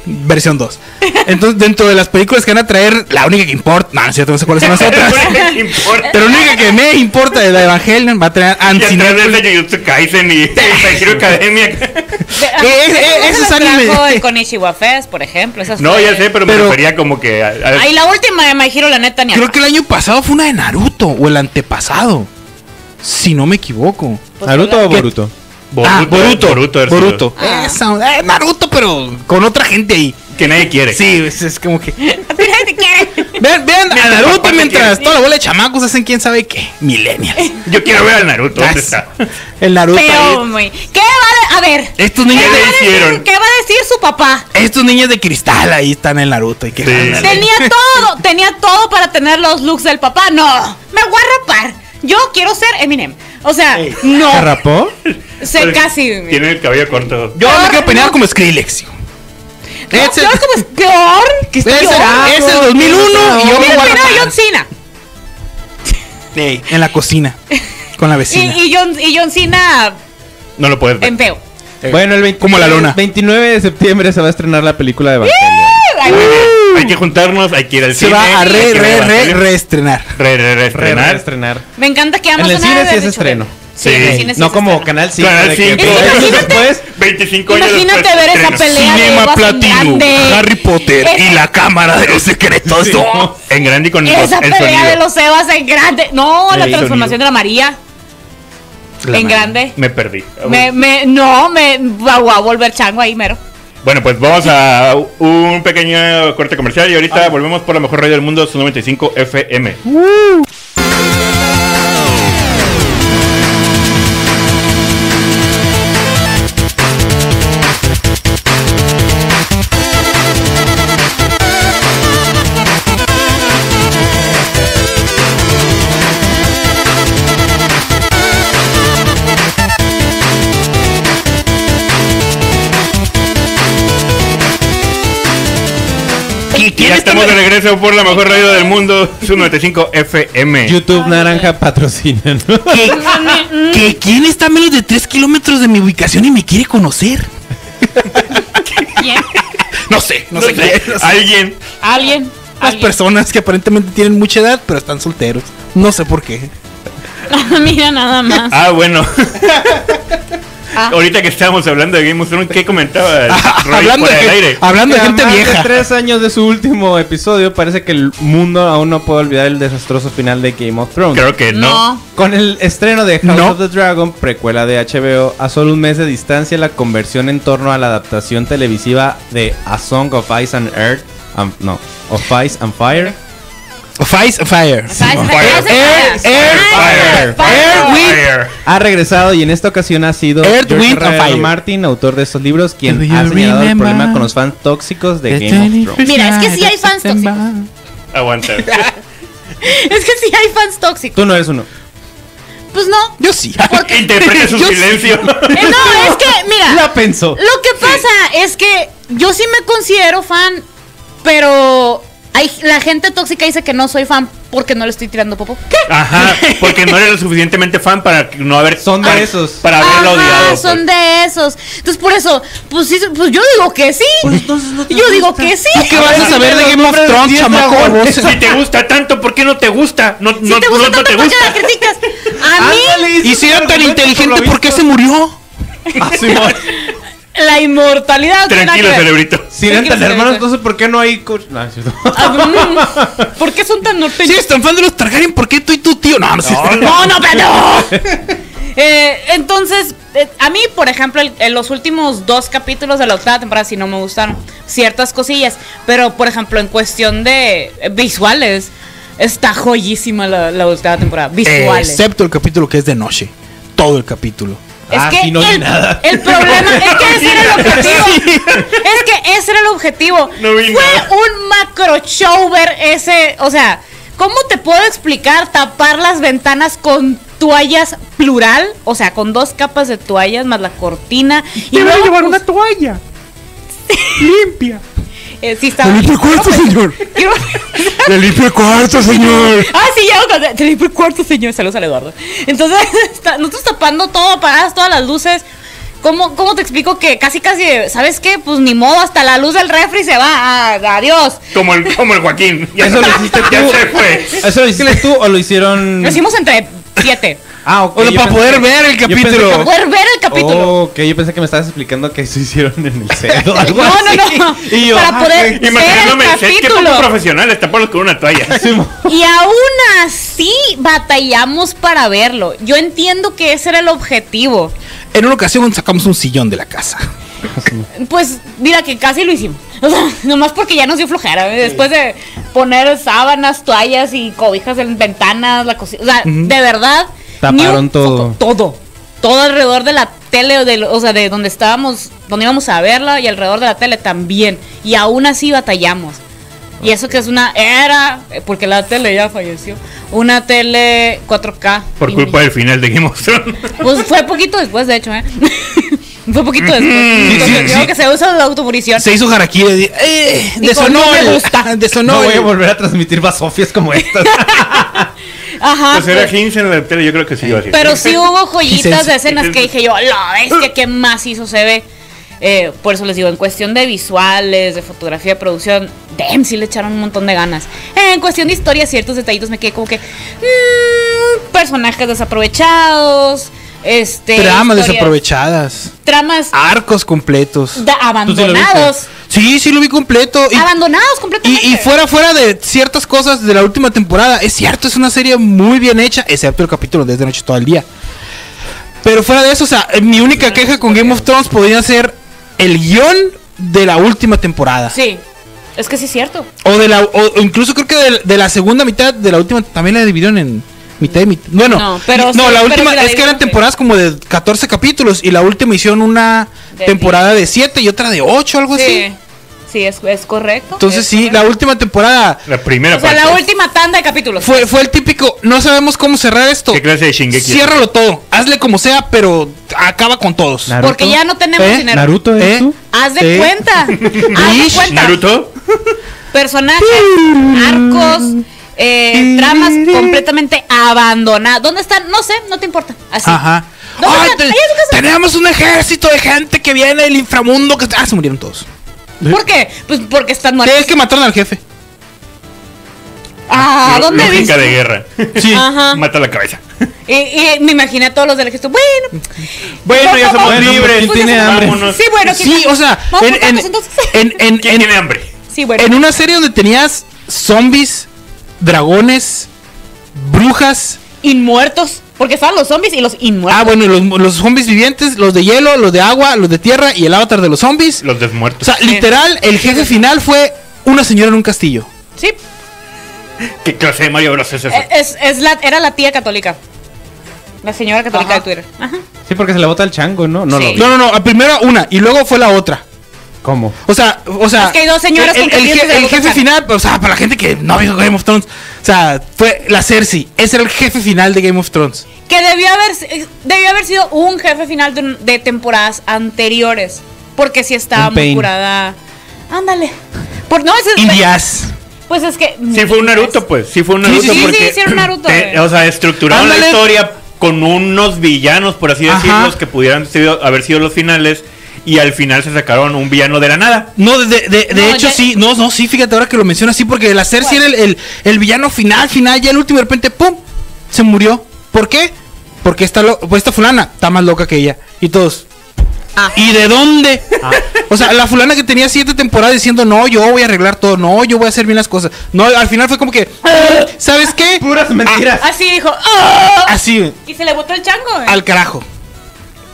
E: Versión 2. Entonces, dentro de las películas que van a traer, la única que importa. No, no es cierto, no sé cuáles son las otras.
C: No importa.
E: Pero la única que me importa de la Evangelion va a traer
C: Y atrás de
E: Antinépolis.
C: ese Jujutsu Kaisen y My Hero Academia.
E: eh, eh, esos animes.
A: El Konishiwa Fest, por ejemplo. esas
C: No,
A: fue-
C: ya sé, pero,
E: Pero-
C: me refería como que. a- a-
A: Ay, la última de My Hero, la neta, ni a-
E: Creo que el año pasado fue una de Naruto, o el antepasado. Si no me equivoco.
A: pues,
B: ¿Naruto o
E: ¿Qué?
B: Boruto?
C: Boruto,
E: ah, Boruto.
C: Boruto,
E: Boruto.
C: haber sido.
A: Ah.
E: Esa- eh, Naruto, pero con otra gente ahí.
C: Que nadie quiere.
E: Sí, es, es como que.
A: Fíjate que-
E: Vean, vean a
C: Mientras
E: Naruto
C: papá te
E: mientras
C: quiere.
E: toda la bola de chamacos hacen quién sabe qué. Millennials.
C: Yo quiero ver al Naruto. ¿Dónde
E: As-
C: está?
E: El Naruto.
A: Pero,
E: ahí.
A: güey, ¿Qué va a... A ver.
E: Estos
A: ¿Qué
E: niños
A: va a
E: de.
A: decir-
C: hicieron?
A: ¿Qué va a decir su papá?
E: Estos niños de cristal ahí están en Naruto. Y que
C: Sí.
E: ándale.
A: Tenía todo, tenía todo para tener los looks del papá. No, me voy a rapar. Yo quiero ser Eminem. O sea, no.
B: ¿Se rapó?
A: Se casi. güey.
C: Tiene el cabello corto.
E: Yo me quiero pelear
A: No.
E: como Skrillex. hijo.
A: No,
E: Ese-
A: yo como es peor. que
E: ese-
A: yo.
E: ese Ah, es el 2001 y
A: Mira,
E: yo me voy a
A: mira,
E: rapar.
A: John Cena.
E: Ey, en la cocina. Con la
A: Y,
E: vecina.
A: y John, y John Cena
C: No lo puedes ver.
A: en feo.
E: Eh,
B: Bueno, el 20
E: como la luna.
B: 29 de septiembre se va a estrenar la película de Evangelion.
A: Ay,
C: Muy
A: güey.
C: bien. Uh. Hay que juntarnos, hay que ir al
E: Se
C: cine.
E: va a
C: hay
E: re,
C: que ir
E: re,
C: al
E: re,
C: cine.
E: reestrenar.
C: Re, re, re,
B: Re-
C: estrenar.
B: estrenar.
A: Me encanta que
B: En
A: Amazon
B: el cine
A: haya
B: sí es
A: dicho
B: estreno.
A: eso. Sí, en el
C: Sí.
A: cine sí
B: No
A: es
B: como
A: estreno.
B: Canal 5.
C: Canal cinco.
B: después,
C: 25 años
A: Imagínate
C: después,
A: ver esa
C: estrenos.
A: pelea. Lea de Eva Sin Grande.
E: Potter
A: Esa-
E: cámara de los secretos.
C: No, En grande y con los-
A: Esa
C: el
A: pelea
C: sonido.
A: de los Evas en grande. No, la
C: El
A: transformación de
C: sonido.
A: la María
E: La
A: en
E: María.
A: grande.
C: Me perdí.
A: Me, me, no, me voy a volver chango ahí, mero.
C: Bueno, pues vamos a un pequeño corte comercial y ahorita volvemos por la mejor radio del mundo, su 95 FM. Ya estamos de regreso por la mejor radio del mundo, su 95 FM.
B: YouTube Naranja patrocina. ¿no?
E: ¿Qué- que ¿Quién está a menos de 3 kilómetros de mi ubicación y me quiere conocer?
A: ¿Quién?
E: No sé, no,
C: No
E: sé.
C: sé,
E: quién, no sé.
C: Alguien.
A: ¿Alguien?
E: Las
A: ¿Alguien?
E: personas que aparentemente tienen mucha edad, pero están solteros. No sé por qué.
A: Mira nada más.
C: Ah, bueno.
A: Ah.
C: Ahorita que estábamos hablando de Game of Thrones, ¿qué comentaba? el Roy
E: hablando,
C: fuera
E: de,
C: del
E: gen-
C: aire?
E: hablando de
B: A
E: gente
B: más
E: vieja.
B: tres años de su último episodio, parece que el mundo aún no puede olvidar el desastroso final de Game of Thrones.
C: Creo que no.
A: No.
B: Con el estreno de House
E: No.
B: of the Dragon, precuela de HBO, a solo un mes de distancia la conversión en torno a la adaptación televisiva de A Song of Ice and Earth, um, no, of Ice and Fire.
E: Fice Fire.
A: Ah,
C: Fire.
E: Air- air-
C: Fire.
E: Air with-
C: Fire.
B: Ha regresado y en esta ocasión ha sido
E: Earth, Wind and
B: R. R.
E: Fire.
B: Martin, autor de estos libros, quien
E: Do you
B: ha señalado el
E: remember?
B: problema con los fans tóxicos de Game of Thrones.
A: Mira, es que sí hay fans tóxicos.
C: Aguanta.
A: Es que sí hay fans tóxicos.
B: Tú no eres uno.
A: Pues no.
E: Yo sí.
C: Interpreta su
E: Yo sí.
C: silencio.
A: Eh, no, es que, mira.
B: La pensó.
A: Lo que pasa es que yo sí me considero fan, pero hay, la gente tóxica dice que no soy fan porque no le estoy tirando popo. ¿Qué?
C: Ajá, porque no eres lo suficientemente fan para no haber.
B: Son de
C: para-
B: esos.
C: Para haberlo odiado. pues.
A: son de esos. Entonces, por eso, pues, sí, pues yo digo que sí.
E: Pues
A: yo digo que sí.
E: ¿Tú qué vas a saber de
B: Los
E: Game of
B: nombres de
E: Thrones,
B: diez
E: chamaco?
B: dragones.
E: baboso?
C: pues. Si te gusta tanto, ¿por qué no te gusta? No,
A: Si
C: no, pues
A: te gusta
C: no- no
A: tanto,
C: te
A: ¿por qué
C: gusta.
A: la criticas? A mí,
E: Y si era tan inteligente, ¿por qué se murió?
C: Ah,
A: la inmortalidad. tiene nada que
C: Tranquilo,
A: ver.
C: cerebrito.
B: Si eran tan hermanos, entonces ¿por qué no hay coach? No, es cierto.
A: Ah, mm, ¿Por qué son tan
E: Si
A: norteños?
E: eres tan fan de los Targaryen, ¿por qué tú y tu tío? No, no, sí.
A: No, no, pero no. Eh, entonces, eh, a mí, por ejemplo, el- en los últimos dos capítulos de la octava temporada sí no me gustaron ciertas cosillas. Pero, por ejemplo, en cuestión de eh, visuales, está joyísima la, la octava temporada. Visuales.
E: Excepto el capítulo que es de noche. Todo el capítulo.
A: Es
B: Ah,
A: que
B: sí, no vi
A: el,
B: nada.
A: el problema es que ese era el objetivo. Es que ese era el objetivo.
C: No vi
A: Fue
C: nada.
A: un macro show ver ese. O sea, ¿cómo te puedo explicar tapar las ventanas con toallas plural? O sea, con dos capas de toallas más la cortina. Y luego, pues,
E: toalla. Limpia.
A: eh, sí estaba-
E: Te limpio el cuarto, señor.
A: Quiero-
E: Le limpio el cuarto, señor.
A: Ah, pues, sí, ya lo conté. Te limpio el cuarto, señor. Saludos al Eduardo. Entonces, está- nosotros tapando todo, apagadas todas las luces. ¿Cómo, ¿Cómo te explico que casi, casi, ¿sabes qué? Pues ni modo, hasta la luz del refri se va. Ah, adiós.
C: Como el, como el Joaquín. Ya,
B: Eso lo hiciste
C: ya
B: tú.
C: se fue.
B: ¿Eso lo hiciste tú o lo hicieron?
A: Lo hicimos entre siete.
B: Ah, ok.
E: O sea,
B: yo
E: para
B: pensé
E: poder
B: que-
E: ver el
B: yo pensé
E: capítulo.
B: que-
A: Poder ver el capítulo.
B: Oh, ok, yo pensé que me estabas explicando que se hicieron en el set o algo
A: no,
B: así.
A: no, no.
B: Y yo,
A: Para
B: ah,
A: poder ver
C: Imaginándome
A: el
C: el set que poco
A: capítulo.
C: profesional está por los con una toalla.
B: sí, mo-
A: Y aún así batallamos para verlo. Yo entiendo que ese era el objetivo.
E: En una ocasión sacamos un sillón de la casa.
A: Pues mira que casi lo hicimos. O sea, nomás porque ya nos dio flojera. ¿eh? Después de poner sábanas, toallas y cobijas en ventanas, la cocina. O sea, de verdad.
B: Taparon
A: ni un
B: todo.
A: foco, todo. Todo alrededor de la tele, o de- o sea, de donde estábamos, donde íbamos a verla y alrededor de la tele también. Y aún así batallamos. Y eso que es una era, eh, porque la tele ya falleció, una tele 4K.
C: Por
A: Y-
C: culpa del final de Game of Thrones.
A: Pues fue poquito después, de hecho, ¿eh? fue poquito
C: Mm.
A: después.
E: Sí,
A: Porque
E: sí,
A: creo
E: sí.
A: que se usa la automurición.
E: Se hizo harakiri. de- Eh,
A: Dijo,
E: deshonó
A: "No me
E: el-
A: gusta".
E: deshonó
B: no voy a
E: el-
B: volver a transmitir basofias como estas.
A: Ajá.
C: Pues era
A: pues,
C: Hinch en la tele, yo creo que sí iba a decir.
A: pero sí hubo
E: Quise-
A: joyitas de escenas que dije yo, la bestia, ¿qué más hizo se ve? Eh, por eso les digo, en cuestión de visuales, de fotografía, producción, damn, sí le echaron un montón de ganas. Eh, En cuestión de historia, ciertos detallitos me quedé como que. mm, personajes desaprovechados. Este.
E: Tramas
A: historias-
E: desaprovechadas.
A: Tramas
E: Arcos completos.
A: da-
E: Ah. ¿Tú sí lo viste?
A: abandonados.
E: Sí, sí lo vi completo. Y,
A: abandonados
E: y-
A: completamente.
E: y fuera, fuera de ciertas cosas de la última temporada. Es cierto, es una serie muy bien hecha, excepto el capítulo de noche todo el día. Pero fuera de eso, o sea, eh, mi única queja con Game of Thrones podría ser el guión de la última temporada.
A: Sí. Es que sí es cierto.
E: O de la, o incluso creo que de, de la segunda mitad de la última también la dividieron en mitad y mitad. Bueno,
A: No,
E: no,
A: pero sí,
E: la
A: pero
E: última
A: sí la
E: es que
A: dividieron,
E: eran
A: sí.
E: temporadas como de 14 capítulos y la última hicieron una
A: De
E: temporada de 7 y otra de 8, algo
A: sí.
E: así.
A: Sí, es, es correcto.
E: Pues Entonces
A: Es
E: sí,
A: correcto.
E: la última temporada
C: La primera
A: O sea, la
C: parte.
A: última tanda de capítulos.
E: fue fue el típico, no sabemos cómo cerrar esto.
C: ¿Qué clase de Shingeki es?
E: Ciérralo todo, hazle como sea, pero acaba con todos.
B: Naruto.
A: Porque ya no tenemos
E: ¿Eh?
A: dinero.
B: Naruto, ¿eh?
E: ¿Eh?
B: tú?
A: Haz de
E: ¿Eh?
A: cuenta. Haz de
E: Ish,
A: cuenta.
C: Naruto.
A: Personajes, arcos, eh, tramas completamente abandonadas. ¿Dónde están? No sé, no te importa. Así.
E: Ajá.
A: ¿Dónde
E: Ay,
A: están?
E: te-
A: Ahí en su casa.
E: tenemos un ejército de gente que viene del inframundo que ah se murieron todos.
A: ¿Por qué? Pues porque están muertos.
E: Es que mataron al jefe.
A: Ah, ¿dónde
C: Lógica
A: viste?
C: de guerra.
E: Sí.
A: Ajá.
C: Mata la cabeza.
A: Y, y me imaginé a todos los del ejército. Bueno, Pues
C: Bueno, ya somos
A: Bueno,
C: libres.
A: ¿quién tiene
C: Vámonos.
B: hambre?
A: sí, bueno,
E: Sí,
A: quizás-
E: o sea,
A: Vamos
E: en,
A: por tacos,
E: en-
A: entonces.
E: en- en-
C: ¿Quién
E: en-
C: tiene hambre?
A: sí, bueno.
E: en una serie donde tenías zombies, dragones, brujas.
A: Inmuertos. Porque estaban los zombies y los inmuertos.
E: Ah, bueno, y los, los zombies vivientes, los de hielo, los de agua, los de tierra y el avatar de los zombies.
C: Los
E: O
C: desmuertos.
E: sea, literal, el jefe final fue una señora en un castillo.
A: Sí.
C: ¿Qué clase de Mario Bros es eso?
A: Eh, Es, es la, era la tía católica. La señora católica de Twitter. Ajá.
B: Sí, porque se le bota el chango, ¿no? No
A: Sí.
B: lo vi.
E: No, no, no, a- primero una y luego fue la otra.
B: ¿Cómo?
E: O sea, o sea,
A: Es que hay dos señoras
E: el,
A: con
E: el,
A: castillos
E: je-
A: de
E: el
A: Bogotá.
E: jefe final, o sea, para la gente que no vio Game of Thrones, o sea, fue la Cersei. Ese era el jefe final de Game of Thrones.
A: Que debió haber, si- debió haber sido un jefe final de, un- de temporadas anteriores. Porque si estaba
B: Un
A: muy
B: Pain.
A: curada. Ándale. Por, no, es, es-
E: Indias.
A: Pues es que.
C: Sí fue un Naruto, pues. Sí fue un
E: Sí,
C: Naruto.
E: sí, sí,
C: porque
A: sí, era un Naruto,
C: te-
A: eh.
C: o sea, estructuraron la
E: Ándale.
C: historia con unos villanos, por así
E: Ajá.
C: decirlo, que pudieran sido- haber sido los finales. Y al final se sacaron un villano de la nada.
E: No, de, de- de- de
A: No,
E: hecho
A: ya-
E: sí, no, no, sí, fíjate ahora que lo mencionas, sí, porque la Cersei
A: ¿Cuál?
E: era el, el- el villano final, final, ya el último, de repente, ¡pum! Se murió. ¿Por qué? Porque esta, lo- pues, esta fulana está más loca que ella. Y todos, ¿Y de dónde?
D: Ah.
E: O sea, la fulana que tenía siete temporadas diciendo, no, yo voy a arreglar todo, no, yo voy a hacer bien las cosas. No, al final fue como que, ¿sabes qué?
B: Puras mentiras.
A: Así dijo. "Ah".
E: Así,
A: Y se le botó el chango. eh.
E: al carajo.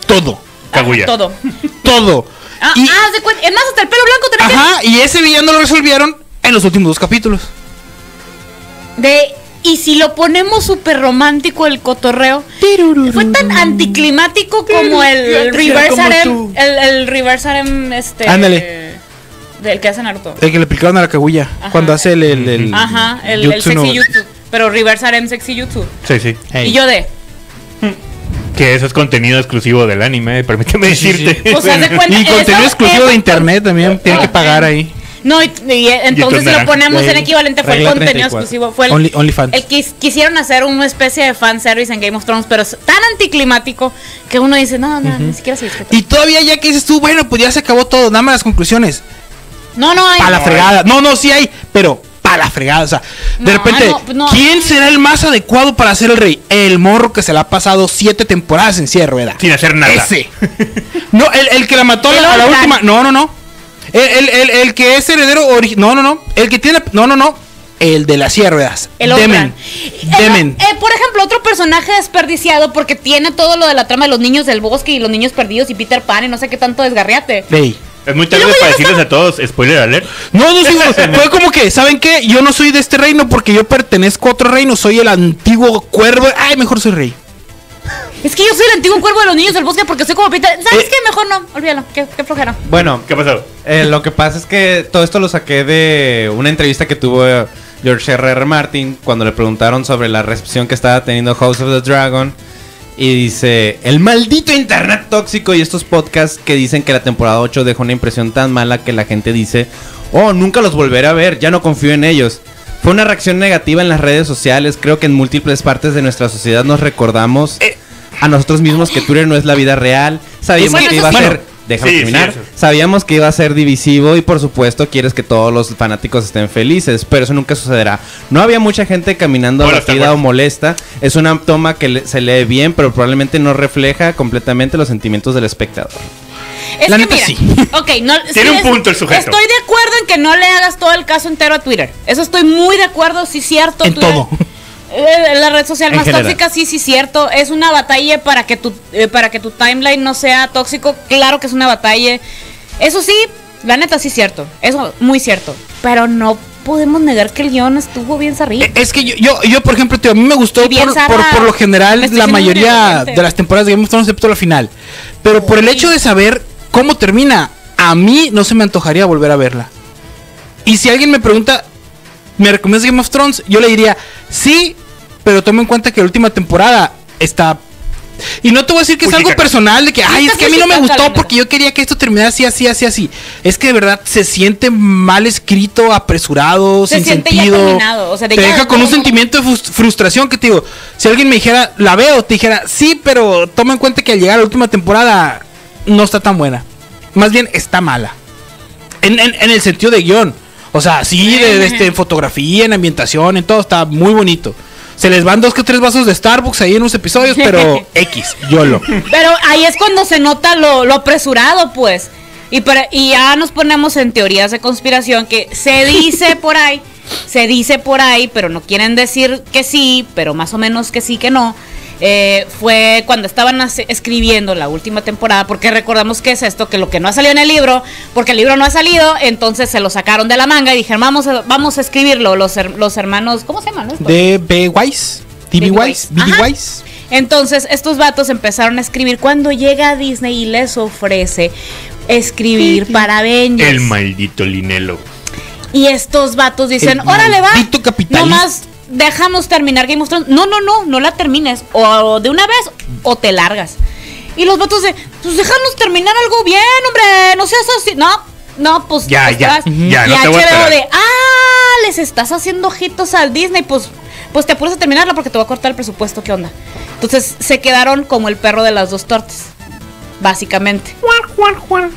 E: Todo,
C: Kaguya.
A: Ah, Todo.
E: todo.
A: Ah,
E: Y-
A: ah, haz de cuenta. Es más, hasta el pelo blanco tenés
E: Ajá, y ese villano lo resolvieron en los últimos dos capítulos.
A: De. Y si lo ponemos súper romántico el cotorreo. Fue tan anticlimático como el,
E: Yo quisiera
A: reverse
E: como
A: harem.
E: tú.
A: El, el reverse harem, este.
E: Ándale.
A: Del que hace Naruto.
E: El que le picaron a la cagulla
A: Ajá.
E: cuando hace el. el, el-
A: Ajá, el, el
E: jutsu no-
A: sexy jutsu. Pero reverse harem sexy jutsu.
C: Sí, sí.
E: Ey.
A: Y yo de.
C: Que eso es contenido exclusivo del anime, eh, permíteme
E: Sí, sí.
C: decirte.
A: O sea, haz de cuenta-
E: Y contenido
A: eso-
E: exclusivo
A: eso-
E: de internet también, tiene que pagar ahí.
A: No, y, y, eh, entonces si lo
C: naranja.
A: ponemos en
E: Güey,
A: equivalente fue el
E: regla
A: contenido
E: 34.
A: exclusivo. Fue el,
E: Only- OnlyFans.
A: el quis- quisieron hacer una especie de fanservice en Game of Thrones, pero es tan anticlimático que uno dice, no, no, ni siquiera se disfruta.
E: Y todavía ya que dices tú, bueno, pues ya se acabó todo, dame las conclusiones.
A: No, no, hay.
E: Pa' la fregada. No, no, sí hay, pero pa' la fregada. O sea, de
A: No,
E: repente,
A: no, pues no.
E: ¿quién será el más adecuado para ser el rey? El morro que se la ha pasado siete temporadas en silla de rueda.
C: Sin hacer nada.
E: Ese. No, el, el que la mató a la- a la
A: Lothar.
E: última. No, no, no. El, el- el- el que es heredero ori- No, no, no. El que tiene. No, no, no. El de las silla de ruedas.
A: El eh,
E: Demen.
A: Demen.
E: Demen.
A: por ejemplo, otro personaje desperdiciado porque tiene todo lo de la trama de los niños del bosque y los niños perdidos y Peter Pan y no sé qué tanto desgarriate.
E: Ey.
C: Es muy tarde para decirles a todos, spoiler alert.
E: No, no, sí, fue- fue como que, ¿saben qué? Yo no soy de este reino porque yo pertenezco a otro reino, soy el antiguo cuervo. Ay, mejor soy rey.
A: Es que yo soy el antiguo cuervo de los niños del bosque porque soy como Peter. ¿Sabes
B: Eh.
A: qué? Mejor no, olvídalo, qué, qué flojera.
B: Bueno,
C: ¿Qué ha pasado?
B: eh, lo que pasa es que todo esto lo saqué de una entrevista que tuvo eh, George R.R. Martin cuando le preguntaron sobre la recepción que estaba teniendo House of the Dragon. Y dice, el maldito internet tóxico y estos podcasts que dicen que la temporada 8 dejó una impresión tan mala que la gente dice, oh, nunca los volveré a ver, ya no confío en ellos. Fue una reacción negativa en las redes sociales, creo que en múltiples partes de nuestra sociedad nos recordamos
C: Eh.
B: a nosotros mismos que Twitter no es la vida real, sabíamos
A: Bueno,
B: que
A: eso
B: iba a
A: sí.
B: ser...
C: Bueno,
B: Déjame
C: Sí, sí,
B: terminar.
C: eso.
B: Sabíamos que iba a ser divisivo y por supuesto quieres que todos los fanáticos estén felices, pero eso nunca sucederá. No había mucha gente caminando
C: Ahora, ¿te
B: abatida
C: acuerdas?
B: o molesta. Es una toma que le- se lee bien, pero probablemente no refleja completamente los sentimientos del espectador.
A: Es
E: La
A: que
E: neta,
A: mira,
E: sí.
A: ok, no-
C: Tiene un punto el sujeto.
A: Estoy de acuerdo en que no le hagas todo el caso entero a Twitter. Eso estoy muy de acuerdo, sí cierto.
E: En
A: Twitter-
E: todo.
A: Eh, la red social
B: En
A: más
B: general.
A: tóxica, sí, sí cierto. Es una batalla para que tu eh, para que tu timeline no sea tóxico. Claro que es una batalla. Eso sí, la neta sí cierto. Eso muy cierto. Pero no podemos negar que el guión estuvo bien zarrillo.
E: Eh, Es que yo, yo, yo, por ejemplo, tío, a mí me gustó
A: Y bien,
E: por,
A: Sara,
E: por- por lo general
A: me estoy
E: la
A: siendo muy
E: mayoría
A: irreverente.
E: de las temporadas de Game of Thrones, excepto la final. Pero por el hecho de saber cómo termina, a mí no se me antojaría volver a verla. Y si alguien me pregunta, ¿me recomiendas Game of Thrones? Yo le diría, sí, pero toma en cuenta que la última temporada está... Y no te voy a decir que es
C: Uy,
E: algo
C: chica.
E: personal, de que, ay, es
A: Estás
E: que a mí no me
A: justificando,
E: gustó
A: Leonardo.
E: porque yo quería que esto terminara así, así, así, así. Es que de verdad se siente mal escrito, apresurado,
A: Se
E: sin
A: siente ya
E: sentido.
A: terminado, o sea, de
E: te
A: ya-
E: deja con un sentimiento de frus- frustración que te digo, si alguien me dijera, la veo, te dijera, sí, pero toma en cuenta que al llegar a la última temporada no está tan buena. Más bien está mala. En, en- en el sentido de guión. O sea, sí, de, de este, en fotografía, en ambientación, en todo, está muy bonito. Se les van dos que tres vasos de Starbucks ahí en unos episodios, pero X, YOLO.
A: Pero ahí es cuando se nota lo, lo apresurado, pues. Y, para- y ya nos ponemos en teorías de conspiración que se dice por ahí, se dice por ahí, pero no quieren decir que sí, pero más o menos que sí, que no. Eh, fue cuando estaban hace- escribiendo la última temporada, porque recordamos que es esto, que lo que no ha salido en el libro, porque el libro no ha salido, entonces se lo sacaron de la manga y dijeron, vamos a, vamos a escribirlo, los, her- los hermanos, ¿cómo se llaman? estos?
E: De B. Wise, TV Wise, BD
A: Ajá.
E: Wise.
A: Entonces, estos vatos empezaron a escribir cuando llega a Disney y les ofrece escribir para Avengers.
C: El maldito Linelo.
A: y estos vatos dicen,
E: El
A: órale va,
E: maldito capitalista".
A: nomás dejamos terminar Game of Thrones. No, no, no, no la termines. O de una vez o te largas. Y los vatos de, pues déjanos terminar algo bien, hombre, no seas así. No, no, pues
C: Ya,
A: pues,
C: ya,
A: vas.
C: ujú. ya, no
A: Y
C: te voy a
A: HBO
C: esperar.
A: de, ah, les estás haciendo ojitos al Disney, pues, pues te apuras a terminarla porque te va a cortar el presupuesto, ¿qué onda? Entonces se quedaron como el perro de las dos tortas, básicamente.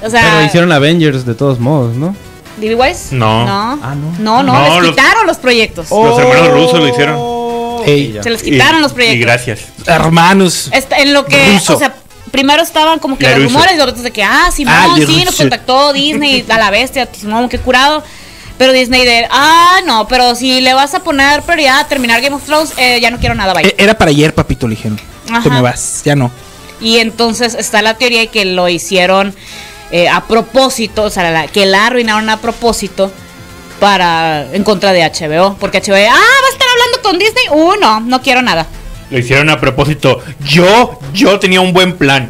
A: O sea,
B: Pero hicieron Avengers de todos modos, ¿no?
A: ¿DB-Wise?
C: No.
A: No.
B: Ah, no. Oh.
A: No, no,
C: No,
A: les
C: los-
A: quitaron los proyectos.
C: Los hermanos rusos lo hicieron.
E: Ey,
A: Se les
C: Y-
A: quitaron los
C: Y
A: proyectos.
C: gracias.
E: hermanos.
A: Está en lo que,
E: Ruso.
A: o sea, primero estaban como que
C: Laruso.
A: los rumores, y los otros de que, ah, Simón,
E: Ah,
A: sí, nos
E: Laruso.
A: contactó Disney, a la bestia, Simón, qué curado. Pero Disney de, ah, no, pero si le vas a poner prioridad a terminar Game of Thrones, eh, ya no quiero nada, bye.
E: E- Era para ayer, papito, le dijeron.
A: Ajá.
E: Te me vas, ya no.
A: Y entonces está la teoría de que lo hicieron eh, a propósito, o sea, la- que la arruinaron a propósito para en contra de HBO, porque HBO, ah, va a estar hablando con Disney, uh, no, no quiero nada.
C: Lo hicieron a propósito. Yo, yo tenía un buen plan.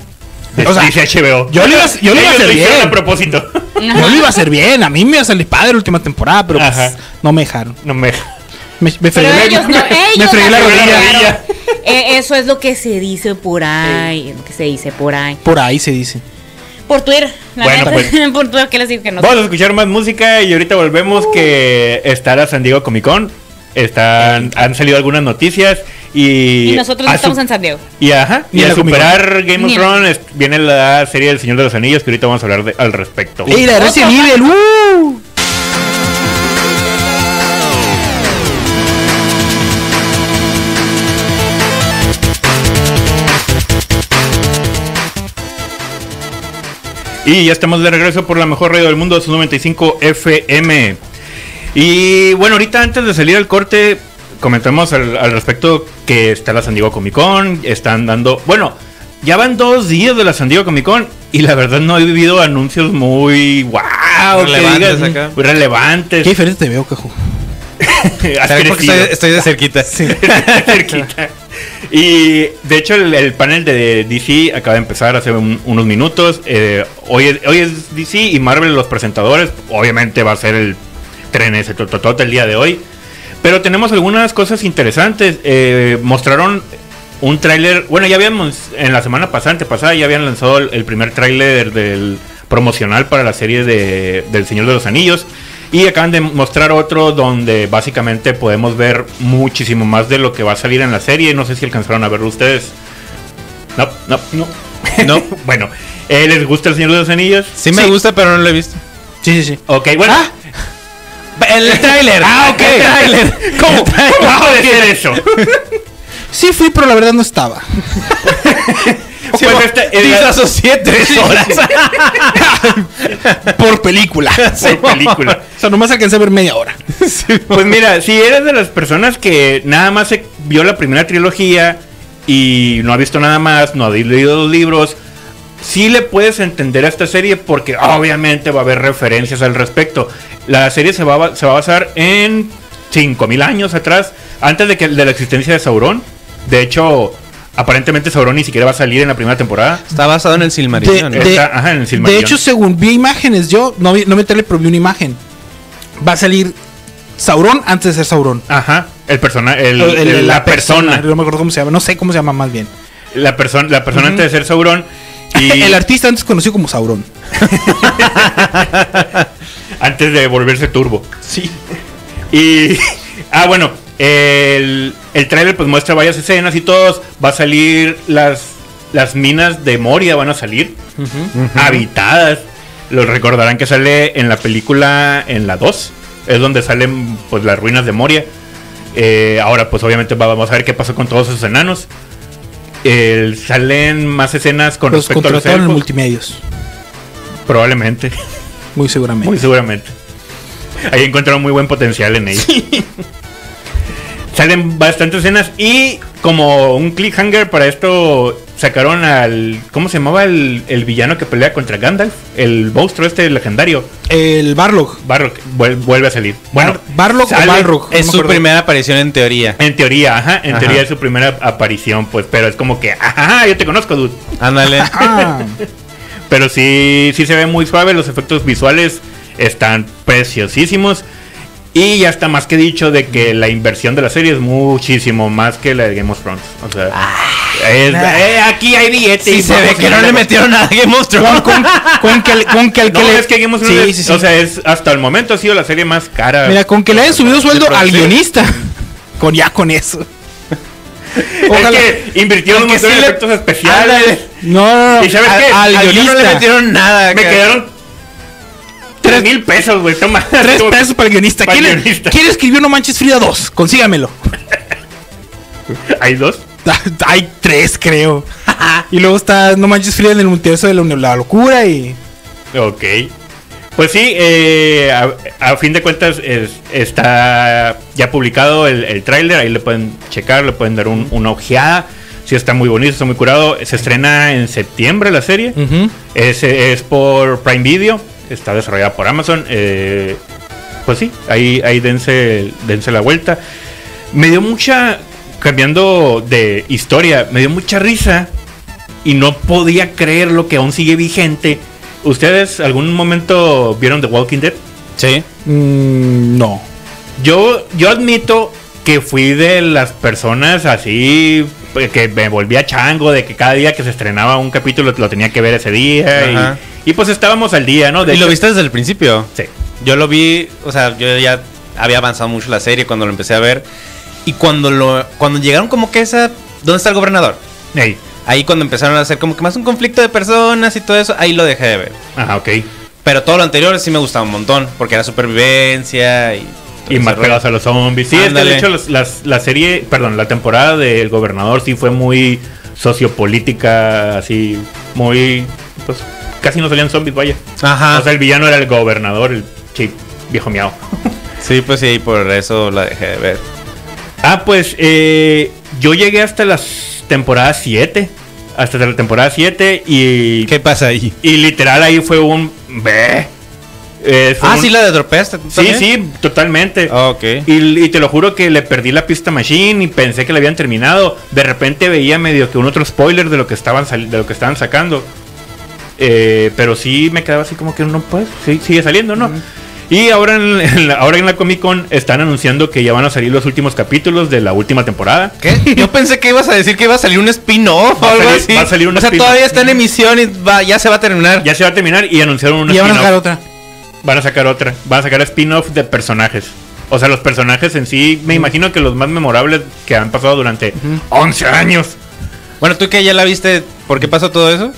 E: O sea,
C: dice HBO.
E: yo lo iba a- yo lo iba
C: Ellos
E: a hacer
C: lo hicieron
E: bien.
C: a propósito.
E: Yo lo iba a hacer bien, a mí me iba a salir padre la última temporada, pero pues,
C: Ajá.
E: no me dejaron.
C: No me.
E: Me, me
A: Pero
E: fregué la-
A: ellos no,
E: me- me
A: ellos
E: fregué la
A: no
E: rodilla.
A: arruinaron. Eh, eso es lo que se dice por ahí, es lo que se dice por ahí.
E: Por ahí se dice.
A: Por Twitter, la
C: Bueno,
A: neta,
C: pues.
A: por Twitter, ¿qué les digo que no?
C: Vamos a escuchar más música y ahorita volvemos que está la San Diego Comic Con. Están, han salido algunas noticias y.
A: Y nosotros
C: a
A: no estamos
C: su-
A: en San Diego.
C: Y ajá,
E: Ni
C: y
E: en
C: a
E: la Comic
C: superar Game of
A: Ni en-
C: Thrones es- viene la serie del Señor de los Anillos que ahorita vamos a hablar de- al respecto.
E: ¡Ey, la Resident
A: Otro.
E: Evil! ¡uh!
C: Y ya estamos de regreso por la mejor radio del mundo, su 95 FM. Y bueno, ahorita antes de salir al corte, comentamos al, al respecto que está la San Diego Comic Con, están dando, bueno, ya van dos días de la San Diego Comic Con y la verdad no he vivido anuncios muy wow,
B: Relevantes acá.
E: Qué
C: relevantes.
E: diferente te veo, cajo.
C: Has
B: Tal vez porque
C: crecido.
B: estoy, estoy de cerquita.
C: cerquita. Y de hecho el, el panel de DC acaba de empezar hace un- unos minutos. Eh, hoy, es, hoy es DC y Marvel los presentadores. Obviamente va a ser el tren ese tototote el día de hoy. Pero tenemos algunas cosas interesantes. Eh, mostraron un tráiler. Bueno, ya habíamos en la semana pasante pasada ya habían lanzado el, el primer tráiler del promocional para la serie de del Señor de los Anillos y acaban de mostrar otro donde básicamente podemos ver muchísimo más de lo que va a salir en la serie. No sé si alcanzaron a verlo ustedes. No, no, no. No, bueno, eh, ¿les gusta el Señor de los Anillos?
B: Sí me gusta, pero no lo he visto.
E: Sí, sí, sí.
C: Ok, bueno.
E: Ah.
B: El tráiler.
C: Ah, ok.
B: El tráiler.
C: ¿Cómo? ¿Cómo puede ser eso?
E: Sí fui, pero la verdad no estaba.
C: Pues este- el-
B: Disasocié tres horas.
E: Por película.
C: por película.
E: O sea, nomás alcancé a ver media hora.
C: Pues mira, si eres de las personas que nada más se vio la primera trilogía y no ha visto nada más, no ha leído los libros, sí le puedes entender a esta serie porque obviamente va a haber referencias al respecto. La serie se va, a ba- se va a basar en 5000 años atrás, antes de que de la existencia de Sauron. De hecho, aparentemente Sauron ni siquiera va a salir en la primera temporada.
B: Está basado en el
E: De,
B: Silmarillion. ¿no?
E: de-
C: Está, ajá, en el
E: de
C: Silmarillion.
E: hecho, según vi imágenes, yo no, vi, no me tele, pero vi una imagen. Va a salir Sauron antes de ser Sauron.
C: Ajá, el persona, el-
E: El- el-
C: el- la persona.
E: No me acuerdo cómo se llama, no sé cómo se llama más bien.
C: La, persona la persona antes de ser Sauron. Y
E: El artista antes conocido como Sauron.
C: antes de volverse turbo. Sí. Y. Ah, bueno. El, el trailer pues muestra varias escenas y todos. Va a salir las, las minas de Moria, van a salir habitadas. Los recordarán que sale en la película, en la 2. Es donde salen pues las ruinas de Moria. Eh, ahora pues obviamente va- vamos a ver qué pasó con todos esos enanos. El- salen más escenas con
E: los
C: respecto a los
E: contrataron en
C: elfos.
E: multimedios,
C: Probablemente.
E: muy seguramente.
C: Muy seguramente. Ahí encontraron muy buen potencial en ella. Salen bastantes escenas y como un cliffhanger para esto sacaron al... ¿Cómo se llamaba el, el villano que pelea contra Gandalf? El monstruo este legendario.
E: El Barlog.
C: Barrock vuel- vuelve a salir. Bueno,
E: Barlog o
C: sale-
E: Balrog.
B: Es
E: no me
B: su
E: acuerdo.
B: primera aparición en teoría.
C: En teoría, ajá. En
B: Ajá.
C: teoría es su primera aparición, pues. Pero es como que... Ajá, yo te conozco, dude.
B: Ándale.
E: Ah,
C: Pero sí, sí se ve muy suave, los efectos visuales están preciosísimos. Y ya está más que dicho de que la inversión de la serie es muchísimo más que la de Game of Thrones. O sea,
E: Ah,
C: es-
E: nah.
C: eh, aquí hay billetes.
B: Sí,
C: y
B: se ve
C: vamos
B: que
C: a
B: no le
C: darle-
B: metieron nada que monstruo.
E: con, con- con que, al- con que al
C: No,
E: que le-
C: es que Game of
E: Sí,
C: Thrones, es-
E: sí, sí.
C: o sea, es hasta el momento ha sido la serie más cara.
E: Mira, con que le hayan subido sueldo al
C: producir.
E: guionista. Con ya con eso. Ojalá.
C: Es que invirtieron un
B: Aunque
C: montón
B: sí
C: de
B: le-
C: efectos especiales.
B: Ándale.
E: No, no, no.
C: ¿Y sabes
E: al,
C: qué?
E: al
B: Al guion
E: guionista.
B: no le metieron nada.
C: Me
B: cara.
C: quedaron tres mil pesos, güey. Toma.
E: Tres pesos para el guionista.
C: Para el
E: ¿Quién,
C: guionista.
E: quién escribió No Manches Frida 2? Consígamelo.
C: Hay dos.
E: Hay tres, creo. y luego está No Manches Frida en el multiverso de la, la locura y.
C: Ok. Pues sí, eh, a, a fin de cuentas es- está ya publicado el, el tráiler, ahí le pueden checar, le pueden dar un- una ojeada. Sí, está muy bonito, está muy curado. Se estrena en septiembre la serie. Es, es por Prime Video, está desarrollada por Amazon. eh, pues sí, ahí, ahí dense, dense la vuelta. Me dio mucha, cambiando de historia, me dio mucha risa y no podía creer lo que aún sigue vigente. ¿Ustedes algún momento vieron The Walking Dead?
B: Sí.
E: Mm, no.
C: Yo, yo admito que fui de las personas así pues, que me volvía chango de que cada día que se estrenaba un capítulo lo tenía que ver ese día
B: Ajá.
C: y, y pues estábamos al día, ¿no? De
B: ¿Y lo
C: hecho-
B: viste desde el principio?
C: Sí.
B: Yo lo vi, o sea, yo ya había avanzado mucho la serie cuando lo empecé a ver. Y cuando lo cuando llegaron como que esa... ¿Dónde está el gobernador?
C: Ey.
B: Ahí cuando empezaron a hacer como que más un conflicto de personas y todo eso, ahí lo dejé de ver.
C: Ah, ok.
B: Pero todo lo anterior sí me gustaba un montón, porque era supervivencia y... todo
C: Y
B: ese
C: más
B: rollo.
C: pegados a los zombies. Sí, es que de
B: Ándale.
C: hecho las- las- la serie, perdón, la temporada del gobernador sí fue muy sociopolítica, así, muy... Pues casi no salían zombies, vaya.
B: Ajá.
C: O sea, el villano era el gobernador, el chip viejo miau.
B: sí, pues sí, por eso la dejé de ver.
C: Ah, pues eh, yo llegué hasta las temporadas 7. Hasta la temporada 7 y...
B: ¿Qué pasa ahí?
C: Y literal ahí fue un... "Beh". Eh, fue
B: Ah,
C: un-
B: sí, la Ah, de dropeaste.
C: Sí, sí, totalmente.
B: Ok.
C: Y, y te lo juro que le perdí la pista machine y pensé que la habían terminado. De repente veía medio que un otro spoiler de lo que estaban sali- de lo que estaban sacando. Eh, pero sí me quedaba así como que no pues sí, sigue saliendo, ¿no? Y ahora en, en la, ahora en la Comic Con están anunciando que ya van a salir los últimos capítulos de la última temporada.
B: ¿Qué? Yo pensé que ibas a decir que iba a salir un spin-off o
C: Va a
B: algo
C: salir-
B: así.
C: va a salir un
B: o sea,
C: spin-off.
B: todavía está en emisión y va- ya se va a terminar.
C: Ya se va a terminar y anunciaron una
E: Y ya van a
C: spin-off.
E: sacar otra.
C: Van a sacar otra. Van a sacar spin-off de personajes. O sea, los personajes en sí, me imagino que los más memorables que han pasado durante 11 años.
B: Bueno, tú que ya la viste, ¿por qué pasó todo eso?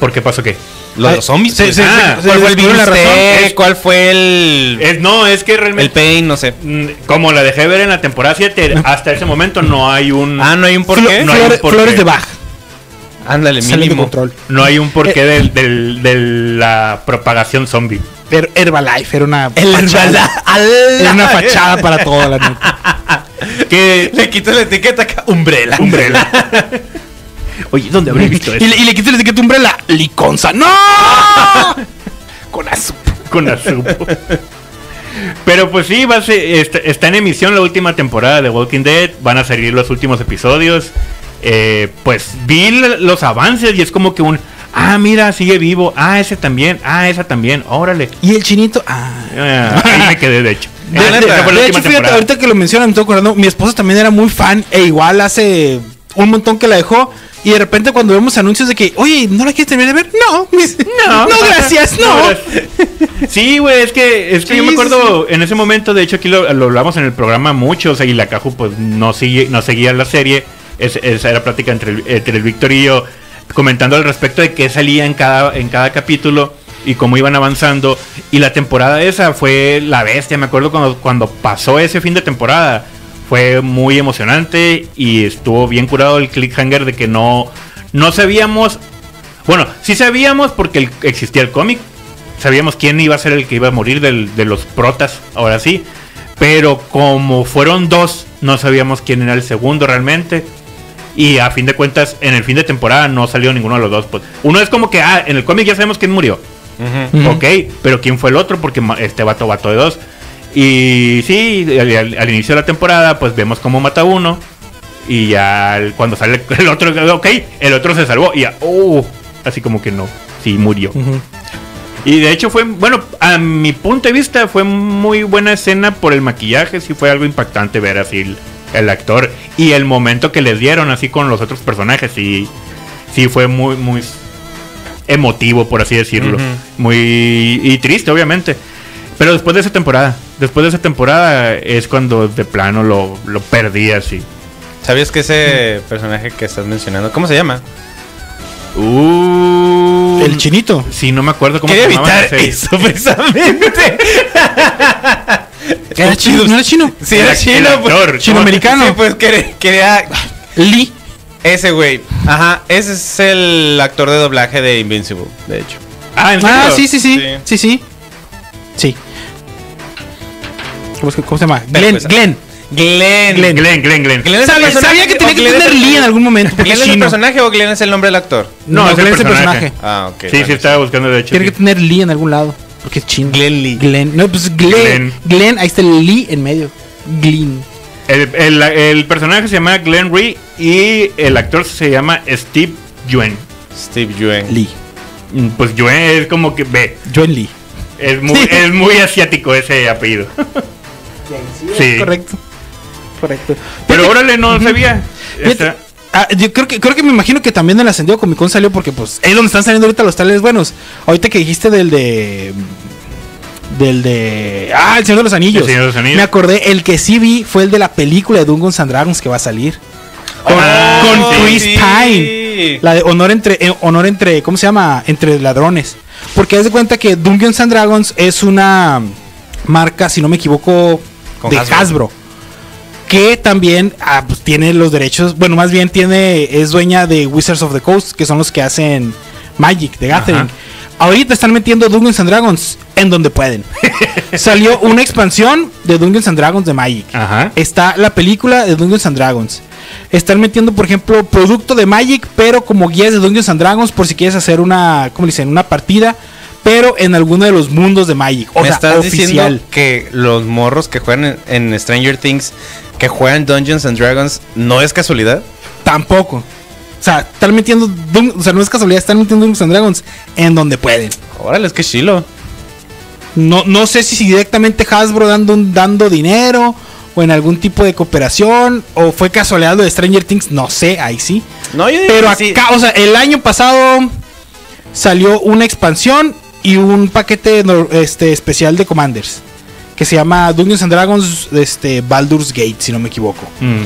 C: ¿Por qué pasó qué?
B: Lo de
E: Ay,
B: los zombies.
E: se-
B: pues.
E: se-
C: Ah,
E: se- se
B: ¿Cuál fue el
E: descubrió
B: virus
E: la razón.
B: T?
C: Es-
B: ¿Cuál fue el,
C: Es- no, es que
B: el
C: realmente.
B: pain? No sé.
C: Eh, mm, como la dejé ver en la temporada 7, hasta ese momento no hay un.
B: Ah, no hay un porqué.
E: Flo-
C: No hay
E: Flor-
C: un porqué.
E: Flores de Bach.
B: Ándale,
E: Salen de
B: mínimo.
E: control.
C: no hay un porqué del- del- de la propagación zombie.
E: Pero Herbalife era una.
B: El
E: fachada. Era una fachada para toda la
C: Que. eh,
B: Le quito la etiqueta acá. Umbrella.
C: Umbrella. Oye, ¿dónde habré visto
E: Y le, y le quité la etiqueta umbrella. Liconza. ¡No! Con azúcar.
C: Con Azupo. Pero pues sí, va a ser- está, está en emisión la última temporada de Walking Dead. Van a salir los últimos episodios. Eh, pues vi l- los avances y es como que un. Ah, mira, sigue vivo. Ah, ese también. Ah, esa también. Órale.
E: Y el chinito. Ah.
C: Ah, ahí me quedé, de hecho.
E: De,
C: Ah,
E: de-
C: esa fue la
E: de
C: última
E: hecho, fíjate,
C: temporada.
E: ahorita que lo mencionan, me estoy acordando, mi esposa también era muy fan e igual hace un montón que la dejó. Y de repente cuando vemos anuncios de que, oye, ¿no la quieres terminar de ver? No, me dice, no, gracias, no.
C: gracias. Sí, güey, es que, es que
E: Sí,
C: yo me
E: sí,
C: acuerdo en ese momento, de hecho aquí lo, lo hablamos en el programa mucho, o sea, y la Caju pues no, sigue, no seguía la serie, Es- esa era plática entre, el- entre el Víctor y yo, comentando al respecto de qué salía en cada, en cada capítulo y cómo iban avanzando, y la temporada esa fue la bestia, me acuerdo cuando, cuando pasó ese fin de temporada, fue muy emocionante y estuvo bien curado el clickhanger de que no, no sabíamos bueno, sí sabíamos porque el- existía el cómic. Sabíamos quién iba a ser el que iba a morir del- de los protas, ahora sí. Pero como fueron dos, no sabíamos quién era el segundo realmente. Y a fin de cuentas, en el fin de temporada no salió ninguno de los dos. Pues uno es como que, ah, en el cómic ya sabemos quién murió.
E: Ujú.
C: Ok, pero ¿quién fue el otro? Porque ma- este vato vato de dos. Y sí, al, al- al inicio de la temporada, pues vemos cómo mata a uno. Y ya el- cuando sale el otro, ok, el otro se salvó. Y ya, oh, así como que no, sí murió. Y de hecho fue, bueno, a mi punto de vista fue muy buena escena por el maquillaje, sí fue algo impactante ver así el, el actor y el momento que les dieron así con los otros personajes, sí, sí fue muy, muy emotivo, por así decirlo.
B: Ujú.
C: Muy, y triste, obviamente. Pero después de esa temporada, después de esa temporada es cuando de plano lo, lo perdí así.
B: ¿Sabías que ese personaje que estás mencionando, cómo se llama?
C: Uh,
E: El chinito.
C: Sí, no me acuerdo cómo
B: Quería
C: llamaba en la
B: evitar
C: serie.
B: eso precisamente.
E: Era chino. No era chino.
B: Sí, era
C: El
B: chino, pues.
C: actor.
E: Chino-americano.
B: Sí, pues quería, quería
E: Lee.
B: Ese güey. Ajá. Ese es el actor de doblaje de Invincible, de hecho.
C: Ah, ¿en
E: Ah,
C: serio?
E: sí, sí, sí. Sí, sí. Sí. ¿Cómo, es que- cómo se llama?
B: Pero,
E: Glenn.
B: pues,
E: Glenn.
B: Glenn.
C: Glenn, Glenn, Glenn, Glenn.
B: Glenn es el
E: Sabía,
B: personaje
E: sabía que
B: o
E: tenía que
B: Glenn es
E: tener
B: el-
E: Lee en algún momento. porque
B: ¿Glenn
E: es
B: es el
E: chino.
B: personaje o Glenn es el nombre del actor?
E: No, Glenn es el personaje.
B: Ah, ok.
C: Sí, sí, estaba buscando, de hecho.
E: Tiene
C: sí.
E: que tener Lee en algún lado. Porque es chino.
B: Glenn Lee.
E: Glenn. No, pues Glenn.
C: Glenn.
E: Glenn. ahí está el Lee en medio. Glenn.
C: El, el- el personaje se llama Glenn Ree y el actor se llama Steve Yuen.
B: Steve Yuen.
E: Lee.
C: Mm, Pues Yuen es como que ve,
E: John Lee.
C: es muy, es muy asiático ese apellido. Sí.
E: Correcto. Correcto.
C: Pero órale, no sabía.
E: Fíjate,
C: Está-
E: ah, yo creo que, creo que me imagino que también el ascendido Comic Con salió porque pues es donde están saliendo ahorita los tales buenos. Ahorita que dijiste del de... Del de... Ah, el Señor de los Anillos.
C: El Señor de los Anillos.
E: Me acordé, el que sí vi fue el de la película de Dungeons and Dragons que va a salir. Con,
C: Ah,
E: con
C: sí.
E: Chris Pine. La de honor entre, eh, honor entre, ¿cómo se llama? Entre ladrones. Porque haz de cuenta que Dungeons and Dragons es una marca, si no me equivoco,
B: Con
E: de Hasbro.
B: Hasbro.
E: Que también ah, pues, tiene los derechos, bueno, más bien tiene, es dueña de Wizards of the Coast, que son los que hacen Magic, de Gathering.
C: Ajá.
E: Ahorita están metiendo Dungeons and Dragons en donde pueden. Salió una expansión de Dungeons and Dragons de Magic.
C: Ajá.
E: Está la película de Dungeons and Dragons. Están metiendo, por ejemplo, producto de Magic, pero como guías de Dungeons and Dragons, por si quieres hacer una, ¿cómo le dicen? Una partida, pero en alguno de los mundos de Magic. O
B: Me
E: sea,
B: estás
E: oficial.
B: diciendo que los morros que juegan en, en Stranger Things, que juegan Dungeons and Dragons, no es casualidad.
E: Tampoco. O sea, están metiendo, Dun- o sea, no es casualidad, están metiendo Dungeons and Dragons en donde pueden.
B: Órale, es que chilo.
E: No, no sé si directamente Hasbro dando, un- dando dinero o en algún tipo de cooperación o fue casualidad lo de Stranger Things, no sé, ahí sí.
B: No, yo digo
E: Pero
B: que sí.
E: acá, o sea, el año pasado salió una expansión y un paquete no- este, especial de Commanders. Que se llama Dungeons and Dragons este, Baldur's Gate, si no me equivoco.
C: Mm.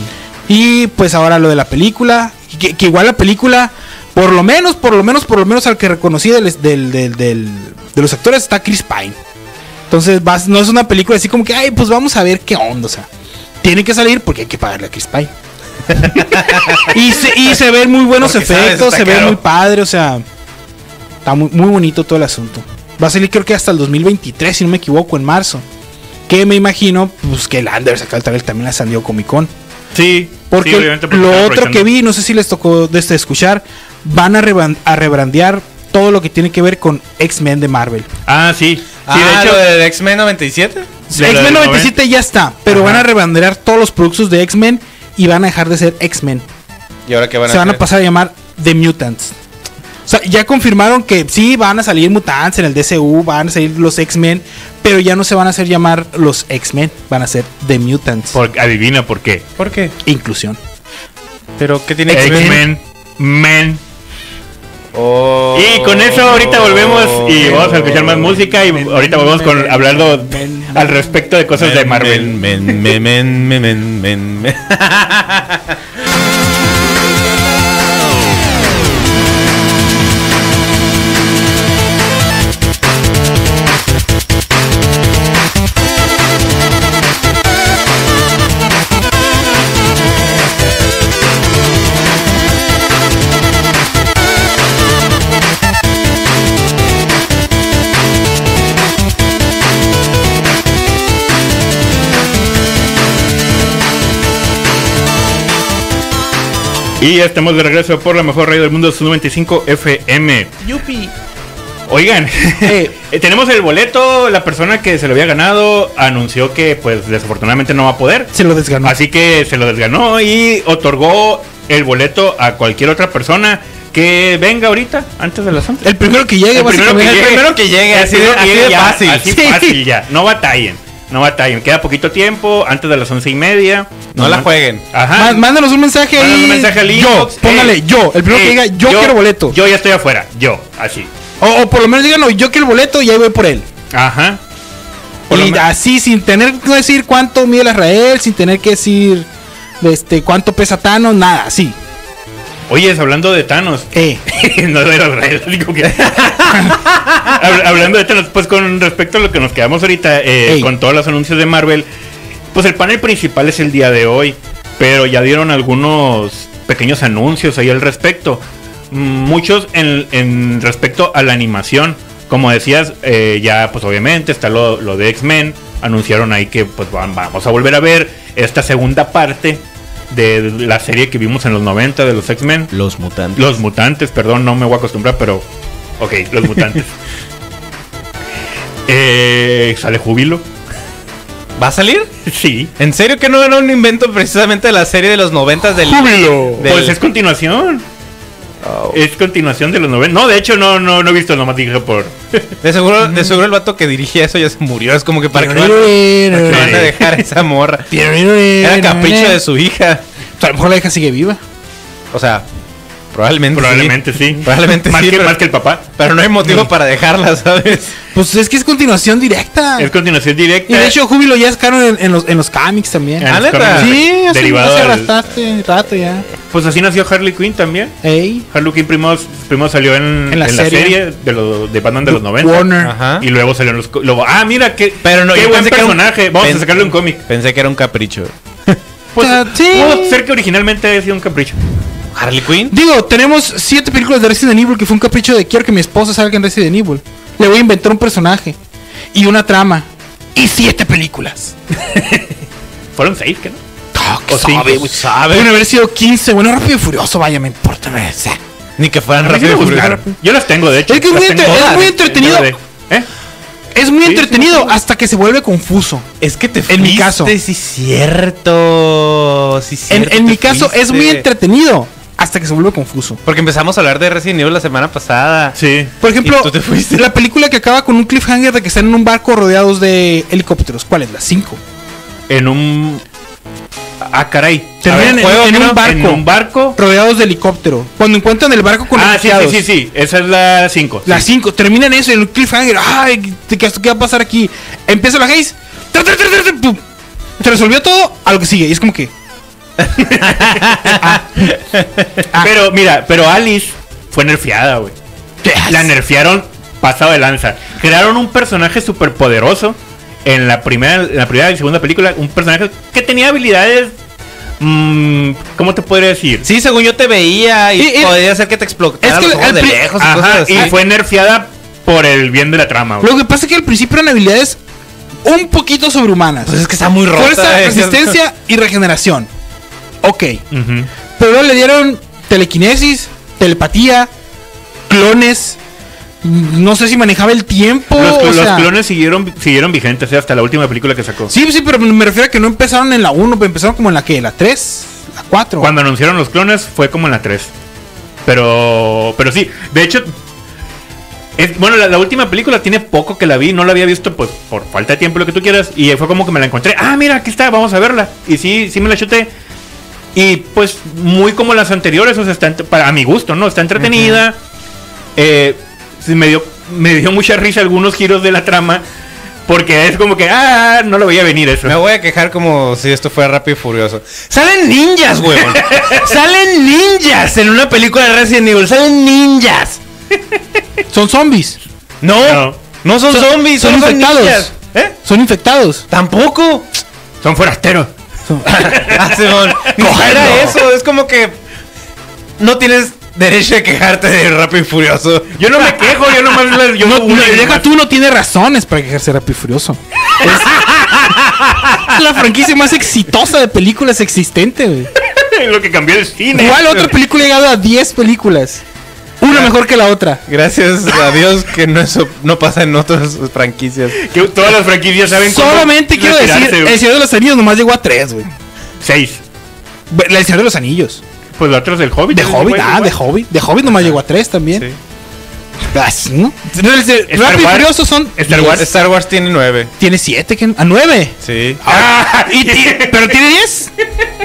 E: Y pues ahora lo de la película. Que, que igual la película, por lo menos, por lo menos, por lo menos al que reconocí del, del- del- del- de los actores está Chris Pine. Entonces vas- no es una película así como que, ay, pues vamos a ver qué onda. O sea, tiene que salir porque hay que pagarle a Chris Pine. y, se, y se ven muy buenos
B: Porque sabes,
E: efectos,
B: está
E: se ve
B: caro.
E: muy padre, o sea, está muy, muy bonito todo el asunto. Va a salir creo que hasta el 2023, si no me equivoco, en marzo. Que me imagino, pues que el Anders acá tal vez también la salió Comic Con.
C: Sí.
E: Porque
C: sí, obviamente, porque
E: lo
C: estaba
E: otro que
C: aprovechando.
E: vi, no sé si les tocó de este escuchar, van a, reban- a rebrandear todo lo que tiene que ver con X-Men de Marvel.
C: Ah, sí. Sí,
B: ah,
C: de hecho.
B: lo del X-Men 97.
C: de la
E: X-Men
C: del
E: 97 ya está, pero
C: Ajá.
E: van a rebrandear todos los productos de X-Men y van a dejar de ser X-Men.
B: ¿Y ahora qué van a
E: Se van a
B: hacer?
E: pasar a llamar The Mutants. O sea, ya confirmaron que sí van a salir mutants en el DCU, van a salir los X-Men, pero ya no se van a hacer llamar los X-Men, van a ser The Mutants.
C: por- adivina por qué.
B: ¿Por qué?
E: Inclusión.
B: ¿Pero qué tiene
C: X-Men. Men.
B: Oh.
C: Y con eso ahorita volvemos y vamos a escuchar más música y ahorita volvemos con hablando al respecto de cosas de Marvel.
B: Men, men, men, men, men, men, men.
C: Y ya estamos de regreso por la mejor radio del mundo, su 95 FM.
E: Yupi.
C: Oigan, eh, tenemos el boleto, la persona que se lo había ganado anunció que pues desafortunadamente no va a poder.
E: Se lo desganó.
C: Así que se lo desganó y otorgó el boleto a cualquier otra persona que venga ahorita, antes de las 11.
E: El primero que llegue,
C: El primero que
E: básicamente.
C: llegue.
B: primero que llegue,
C: El
B: así de-
C: primero que
B: así
C: llegue
B: de
C: ya,
B: fácil.
C: Así
E: Sí.
C: fácil ya. No batallen. No batallen. Queda poquito tiempo, antes de las once y media.
B: No la
C: man-
B: jueguen.
C: Ajá.
E: Má- mándanos un mensaje
C: Mándanos
E: ahí.
C: un mensaje al
E: yo,
C: inbox.
E: póngale,
C: Ey,
E: yo. El primero
C: ey,
E: que diga, yo, quiero boleto.
C: Yo ya estoy afuera. Yo, así.
E: O, o por lo menos digan, no, yo quiero boleto y ahí voy por él.
C: Ajá. Por lo
E: Y
C: men-
E: así, sin tener que decir cuánto mide la Israel, sin tener que decir este cuánto pesa Thanos, nada, así.
C: Oye, hablando de Thanos.
E: Eh.
C: no de los rayos, digo que- Hab- Hablando de Thanos, pues con respecto a lo que nos quedamos ahorita, eh,
E: Ey.
C: con todos los anuncios de Marvel, pues el panel principal es el día de hoy, pero ya dieron algunos pequeños anuncios ahí al respecto. Muchos en, en respecto a la animación. Como decías, eh, ya pues obviamente está lo, lo de X-Men. Anunciaron ahí que pues van- vamos a volver a ver esta segunda parte de la serie que vimos en los 90 de los X-Men.
D: Los mutantes.
C: Los mutantes, perdón, no me voy a acostumbrar, pero. Ok, los mutantes. Eh, sale júbilo.
B: ¿Va a salir?
C: Sí.
B: ¿En serio que no era un invento precisamente de la serie de los noventas del...
C: ¡Júbilo!
B: del-
C: Pues es continuación.
E: Oh.
C: Es continuación de los 90. No, de hecho, no, no, no he visto, nomás dije por.
B: De seguro, de seguro el vato que dirigía eso ya se murió. Es como que para que van, para qué van a dejar a esa morra. Era
E: Era
B: capricho de su hija.
E: A lo mejor la hija sigue viva.
B: O sea, probablemente. sí.
C: Probablemente sí.
B: Probablemente
C: más
B: sí,
C: Que,
B: pero-
C: Más que el papá.
B: Pero no hay motivo para dejarla, ¿sabes?
E: Pues es que es continuación directa.
C: Es continuación directa.
E: Ah. Y de hecho, Júbilo ya es canon en, en los, en los cómics también.
C: eh. Ah,
B: Ah, ¿neta?
C: neta.
E: sí, hace,
C: derivado
E: hace
C: del-
E: bastante rato ya.
C: Pues así nació Harley Quinn también.
E: Ey.
C: Harley Quinn primero, primero salió en,
E: En la
C: en la
E: serie.
C: serie, de, los de Batman de los 90.
E: Warner.
B: Ajá.
C: Y luego salieron los. co- luego- ah, mira, qué,
B: Pero no,
C: qué
B: yo
C: buen
B: pensé que era un-
C: personaje. Vamos a
B: pen-
C: sacarle un cómic.
B: Pensé que era un capricho.
C: Pues,
E: Ah, sí.
C: pudo ser que originalmente haya sido un capricho.
B: Harley Quinn.
E: Digo, tenemos siete películas de Resident Evil que fue un capricho de quiero que mi esposa salga en Resident Evil. Le voy a inventar un personaje y una trama. Y siete películas.
C: Fueron seis, ¿qué no?
E: Ah, ¿qué
C: O cinco,
E: sabe, güey?
B: sabe.
E: Pueden haber sido 15. Bueno, rápido y furioso, vaya, me importa. me- o sea,
B: Ni que fueran
C: A mí sí me
B: rápido y
C: gustaron.
B: Furioso.
C: Yo las tengo, de hecho.
E: Es que es
C: Las
E: muy
C: tengo
E: entre- es
C: todas.
E: muy entretenido.
C: ¿Eh?
E: Es muy
C: Sí,
E: entretenido hasta que se vuelve confuso.
B: Es que te
E: En mi caso.
B: Sí, cierto. Sí,
E: En,
B: cierto,
E: en
B: te
E: mi caso, es muy
B: fuiste.
E: entretenido hasta que se vuelve confuso.
B: Porque empezamos a hablar de Resident Evil la semana pasada.
C: Sí.
E: Por ejemplo,
B: Y tú te fuiste.
E: la película que acaba con un cliffhanger de que están en un barco rodeados de helicópteros. ¿Cuál es? La 5.
C: En un. Ah, caray.
E: Terminan en- en un barco.
C: En un barco.
E: Rodeados de helicóptero. Cuando encuentran el barco con
C: Ah, sí, sí,
E: refugiados.
C: sí, sí. Esa es la 5.
E: La 5. Terminan eso en un cliffhanger. Ay, ¿qué, qué qué va a pasar aquí? Empieza la Haze. Tra, tra, tra, tra, tra, pum. Se resolvió todo a lo que sigue. Y es como que. Ah.
C: Pero mira, pero Alice fue nerfeada, güey. La nerfearon pasado de lanza. Crearon un personaje súper poderoso en la primera, en la primera y segunda película. Un personaje que tenía habilidades. mm, ¿Cómo te podría decir?
B: Sí, según yo te veía y,
E: Y- y-
B: podría ser que te explotara
E: es que
B: los ojos
E: al
B: de
E: pri-
B: lejos y
C: Ajá,
B: cosas así. Pues,
C: y fue nerfeada por el bien de la trama, güey.
E: Lo que pasa es que al principio eran habilidades un poquito sobrehumanas.
B: Pues es que está muy rota.
E: Fuerza,
B: eh.
E: resistencia y regeneración. Ok.
C: Ujú.
E: Pero luego le dieron telequinesis, telepatía, clones. mm, No sé si manejaba el tiempo.
C: los,
E: o
C: los
E: sea-
C: clones siguieron, siguieron vigentes eh, hasta la última película que sacó.
E: Sí, sí, pero me refiero a que no empezaron en la 1, pero empezaron como en la que, la 3, la 4.
C: Cuando anunciaron los clones fue como en la 3. Pero pero sí, de hecho es- bueno, la, la última película tiene poco que la vi, no la había visto pues por falta de tiempo lo que tú quieras y fue como que me la encontré. Ah, mira, aquí está, vamos a verla. Y sí, sí me la chuté. Y pues muy como las anteriores, o sea, está ent- para a mi gusto, ¿no? Está entretenida. Eh, sí, me, dio, me dio mucha risa algunos giros de la trama. Porque es como que, ah, no lo veía venir eso.
B: Me voy a quejar como si esto fuera rápido y furioso. Salen ninjas, huevón. Salen ninjas en una película de Resident Evil. Salen ninjas.
E: Son zombies.
B: No,
C: No.
B: no, son,
E: Son-
B: zombies,
E: son
B: solo son
E: infectados.
B: ninjas. ¿Eh?
E: Son infectados.
B: Tampoco.
C: Son forasteros.
B: Ah, Simón. Ni siquiera eso, es como que no tienes derecho de quejarte de rápido y furioso.
C: Yo no me quejo, yo nomás les- yo
E: No, no,
C: una y
E: deja
C: más.
E: tú, no tiene razones para quejarse de Rápido y Furioso. Es la franquicia más exitosa de películas existente, güey.
C: lo que cambió el cine.
E: ¿Cuál otra película ha llegado a 10 películas? Una mejor que la otra.
B: Gracias a Dios que no eso no pasa en otras franquicias.
C: Que todas las franquicias saben cómo
E: Solamente quiero decir,
C: retirarse, güey.
E: El Señor de los Anillos nomás llegó a 3, güey.
C: Seis.
E: Ve- El Señor de los Anillos.
C: Pues la otra es del Hobbit.
E: De
C: es
E: Hobbit,
C: igual,
E: ah,
C: igual.
E: de Hobbit. De Hobbit nomás llegó a 3 también. Así, ¿no? Rápido y
C: Wars.
E: Furioso son.
C: Star Wars.
B: Star Wars tiene nueve.
E: Tiene 7, a 9.
B: Sí.
C: Ah,
E: Y ti- pero tiene 10.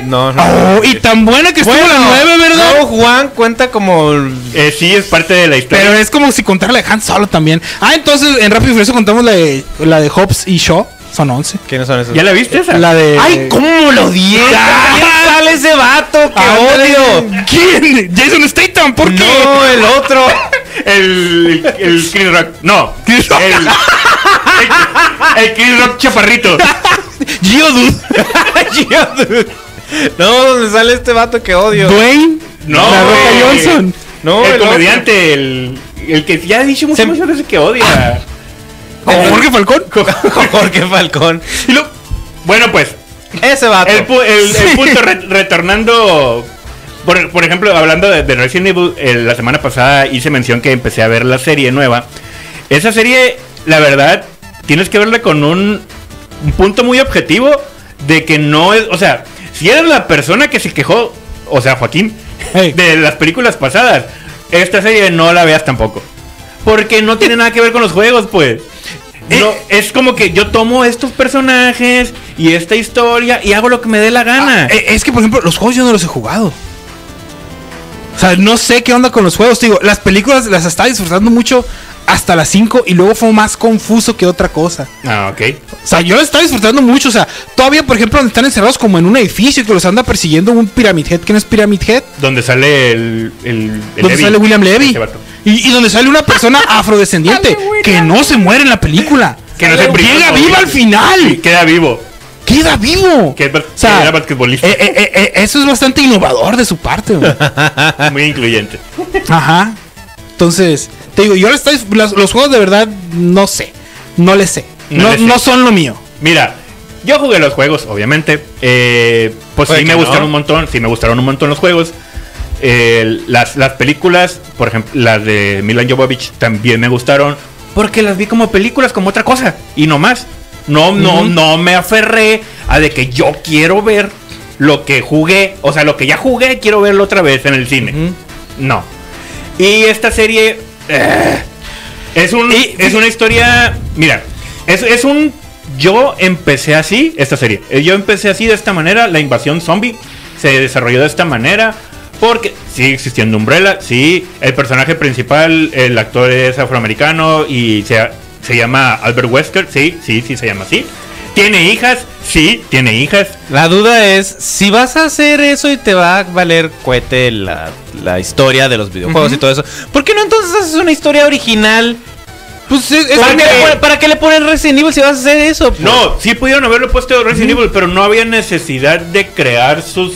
B: No, no. eh,
E: Oh, y tan buena que estuvo la 9, ¿verdad?
B: No, Juan cuenta como
C: eh, sí, es parte de la historia.
E: Pero es como si contara la de Han Solo también. Ah, entonces en Rápido y Furioso contamos la de, la de Hobbs y Shaw. Son 11.
B: ¿Quiénes son esos? Eh,
C: ¿Ya la viste esa?
E: La de.
B: Ay, cómo lo odié. ¿Quién sale ese vato? ¡Qué
E: Ándale.
B: odio!
E: ¿Quién? Jason Statham, ¿por qué?
B: No, el otro.
C: El, el, el Chris Rock. No.
E: Chris Rock.
C: El, el, el Chris Rock chaparrito.
E: Geodude.
B: No, donde sale este vato que odio.
E: Dwayne,
C: No,
E: la Roca
C: güey.
E: Johnson.
B: No,
C: el
B: el otro.
C: comediante, el, el que ya dice mucho
B: Se-
C: más veces que odia.
E: Como Jorge Falcón.
B: Jorge Falcón.
C: Y lo- bueno, pues,
B: Ese vato.
C: el, pu- el- el punto re- retornando. Por, por ejemplo, hablando de, de Resident Evil, eh, la semana pasada hice mención que empecé a ver la serie nueva. Esa serie, la verdad, tienes que verla con un, un punto muy objetivo de que no es. O sea, si eres la persona que se quejó, o sea, Joaquín,
E: Hey.
C: de las películas pasadas, esta serie no la veas tampoco. Porque no tiene nada que ver con los juegos, pues.
E: Eh,
C: No, es como que yo tomo estos personajes y esta historia y hago lo que me dé la gana.
E: Ah, eh, es que, por ejemplo, los juegos yo no los he jugado. O sea, no sé qué onda con los juegos. Te digo, las películas las estaba disfrutando mucho hasta las 5 y luego fue más confuso que otra cosa.
C: Ah, ok.
E: O sea, yo las estaba disfrutando mucho. O sea, todavía, por ejemplo, donde están encerrados como en un edificio y que los anda persiguiendo un Pyramid Head. ¿Quién es Pyramid Head?
C: Donde sale el. el, el
E: donde
C: Levy.
E: sale William Levy.
C: Ese vato.
E: Y, y donde sale una persona afrodescendiente
A: Sale William
E: que no se muere en la película.
C: Que no es el primero,
E: Llega
C: obviamente.
E: viva al
C: Y
E: final.
C: queda vivo.
E: Queda vivo.
C: Que es bas-
E: O sea,
C: que era basquetbolista.
E: eh, eh, eh, eh, eso es bastante innovador de su parte. güey. eh.
C: Muy incluyente.
E: Ajá. Entonces, te digo, yo las- las- los juegos de verdad no sé. No les sé.
C: No
E: No,
C: les sé.
E: no son lo mío.
C: Mira, yo jugué los juegos, obviamente. Eh, pues
B: Puede
C: sí
B: que
C: me
B: no.
C: gustaron un montón. Sí me gustaron un montón los juegos. Eh, las, las películas, por ejemplo, las de Milan Jovovich también me gustaron. Porque las vi como películas, como otra cosa. Y no más. No, no,
E: Ujú.
C: no me aferré a de que yo quiero ver lo que jugué. O sea, lo que ya jugué, quiero verlo otra vez en el cine. No. Y esta serie eh, es un es una historia. Mira, es, es un. Yo empecé así esta serie. Eh, Yo empecé así de esta manera. La invasión zombie se desarrolló de esta manera. Porque sigue existiendo Umbrella, sí. El personaje principal, el actor es afroamericano y se, se llama Albert Wesker, sí, sí, sí se llama así. Tiene hijas, sí, tiene hijas.
B: La duda es si vas a hacer eso y te va a valer cohete la, la historia de los videojuegos y todo eso. ¿Por qué no entonces haces una historia original?
E: Pues es, es-
B: ¿Para,
E: porque-
B: qué le pone- para qué le pones Resident Evil si vas a hacer eso? pues?
C: No, sí pudieron haberlo puesto Resident Evil, pero no había necesidad de crear sus.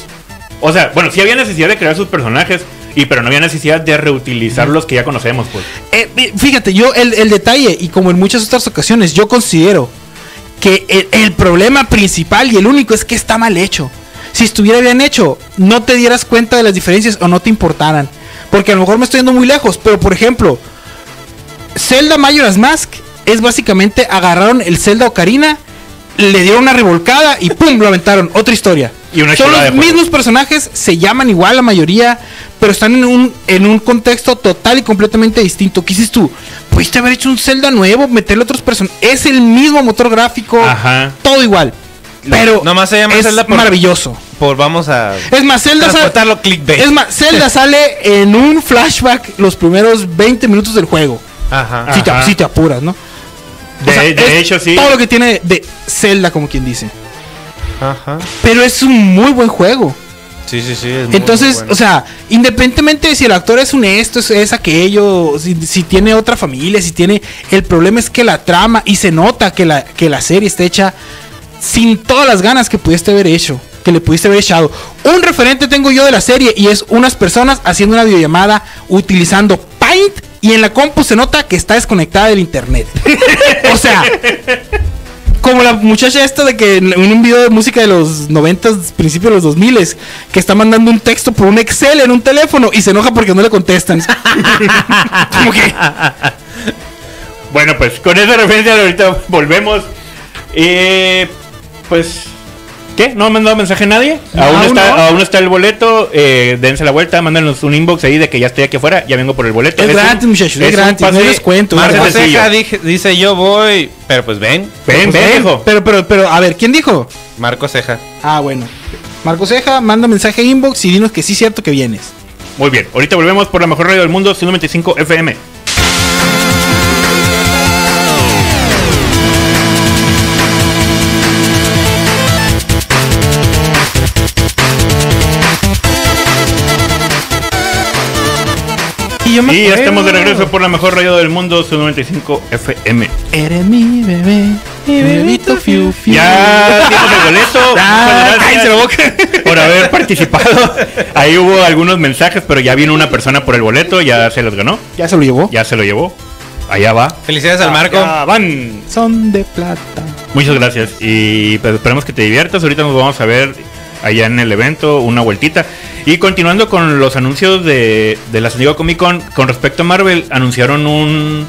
C: O sea, bueno, sí había necesidad de crear sus personajes, y pero no había necesidad de reutilizar los que ya conocemos, pues.
E: eh, eh, fíjate, yo el, el detalle, y como en muchas otras ocasiones, yo considero que el, el problema principal y el único es que está mal hecho. Si estuviera bien hecho, no te dieras cuenta de las diferencias o no te importaran. Porque a lo mejor me estoy yendo muy lejos, pero por ejemplo, Zelda Majora's Mask es básicamente agarraron el Zelda Ocarina, le dieron una revolcada y ¡pum! lo aventaron. Otra historia.
C: Y una
E: Son
C: chulada
E: los
C: de juego.
E: mismos personajes, se llaman igual la mayoría, pero están en un, en un contexto total y completamente distinto. ¿Qué dices tú? Pudiste haber hecho un Zelda nuevo, meterle otros personajes. Es el mismo motor gráfico,
C: Ajá.
E: todo igual. Pero
B: nomás se llama
E: es
B: Zelda por-
E: maravilloso.
B: Por vamos a
E: Es más, Zelda sale,
B: transportarlo clickbait.
E: es más, Zelda sale en un flashback los primeros 20 minutos del juego.
B: Ajá.
E: Si te,
C: Ajá.
E: si te apuras, ¿no?
C: De,
E: O sea,
C: de
E: es
C: hecho, sí.
E: Todo lo que tiene de Zelda, como quien dice.
B: Ajá.
E: Pero es un muy buen juego.
B: Sí, sí, sí. es muy,
E: Entonces,
B: muy bueno.
E: o sea, independientemente de si el actor es un esto, es, es aquello, si, si tiene otra familia, si tiene. El problema es que la trama, y se nota que la, que la serie está hecha sin todas las ganas que pudiste haber hecho, que le pudiste haber echado. Un referente tengo yo de la serie y es unas personas haciendo una videollamada utilizando Paint y en la compu se nota que está desconectada del internet. o sea, como la muchacha esta de que en un video de música de los 90, principios de los 2000, que está mandando un texto por un Excel en un teléfono y se enoja porque no le contestan. como que,
C: Bueno, pues con esa referencia ahorita volvemos. Eh, pues. ¿Qué? ¿No ha mandado mensaje nadie?
E: No,
C: aún,
E: aún
C: está,
E: no.
C: aún está el boleto. eh, dense la vuelta, mándanos un inbox ahí de que ya estoy aquí afuera. Ya vengo por el boleto.
E: Es
C: un-
E: gratis, muchachos, es
C: un
E: gratis, no hay
C: pase
E: descuento, es
C: más
E: gratis.
B: Marta
C: sencillo.
B: Ceja dije- dice yo voy, pero pues ven.
C: Ven, ven, hijo.
E: pero, pero, pero, a ver, ¿quién dijo?
B: Marco Ceja.
E: Ah, bueno. Marco Ceja, manda mensaje a inbox y dinos que sí es cierto que vienes.
C: Muy bien, ahorita volvemos por la mejor radio del mundo, 195 FM.
E: Y yo
C: Y ya estamos de regreso por la mejor radio del mundo, 195 FM.
E: Eres mi bebé. Mi bebito fiu fiu.
C: Ya dimos el boleto.
E: Ah,
C: Muchas gracias
E: cállense la boca.
C: Por haber participado. Ahí hubo algunos mensajes, pero ya vino una persona por el boleto, ya se los ganó,
E: Ya se lo llevó.
C: ya se lo llevó. Allá va.
B: Felicidades al Marco.
C: Ya van.
E: Son de plata.
C: Muchas gracias y pues, esperemos que te diviertas. Ahorita nos vamos a ver allá en el evento, una vueltita. Y continuando con los anuncios de, de la San Diego Comic Con, con respecto a Marvel, anunciaron un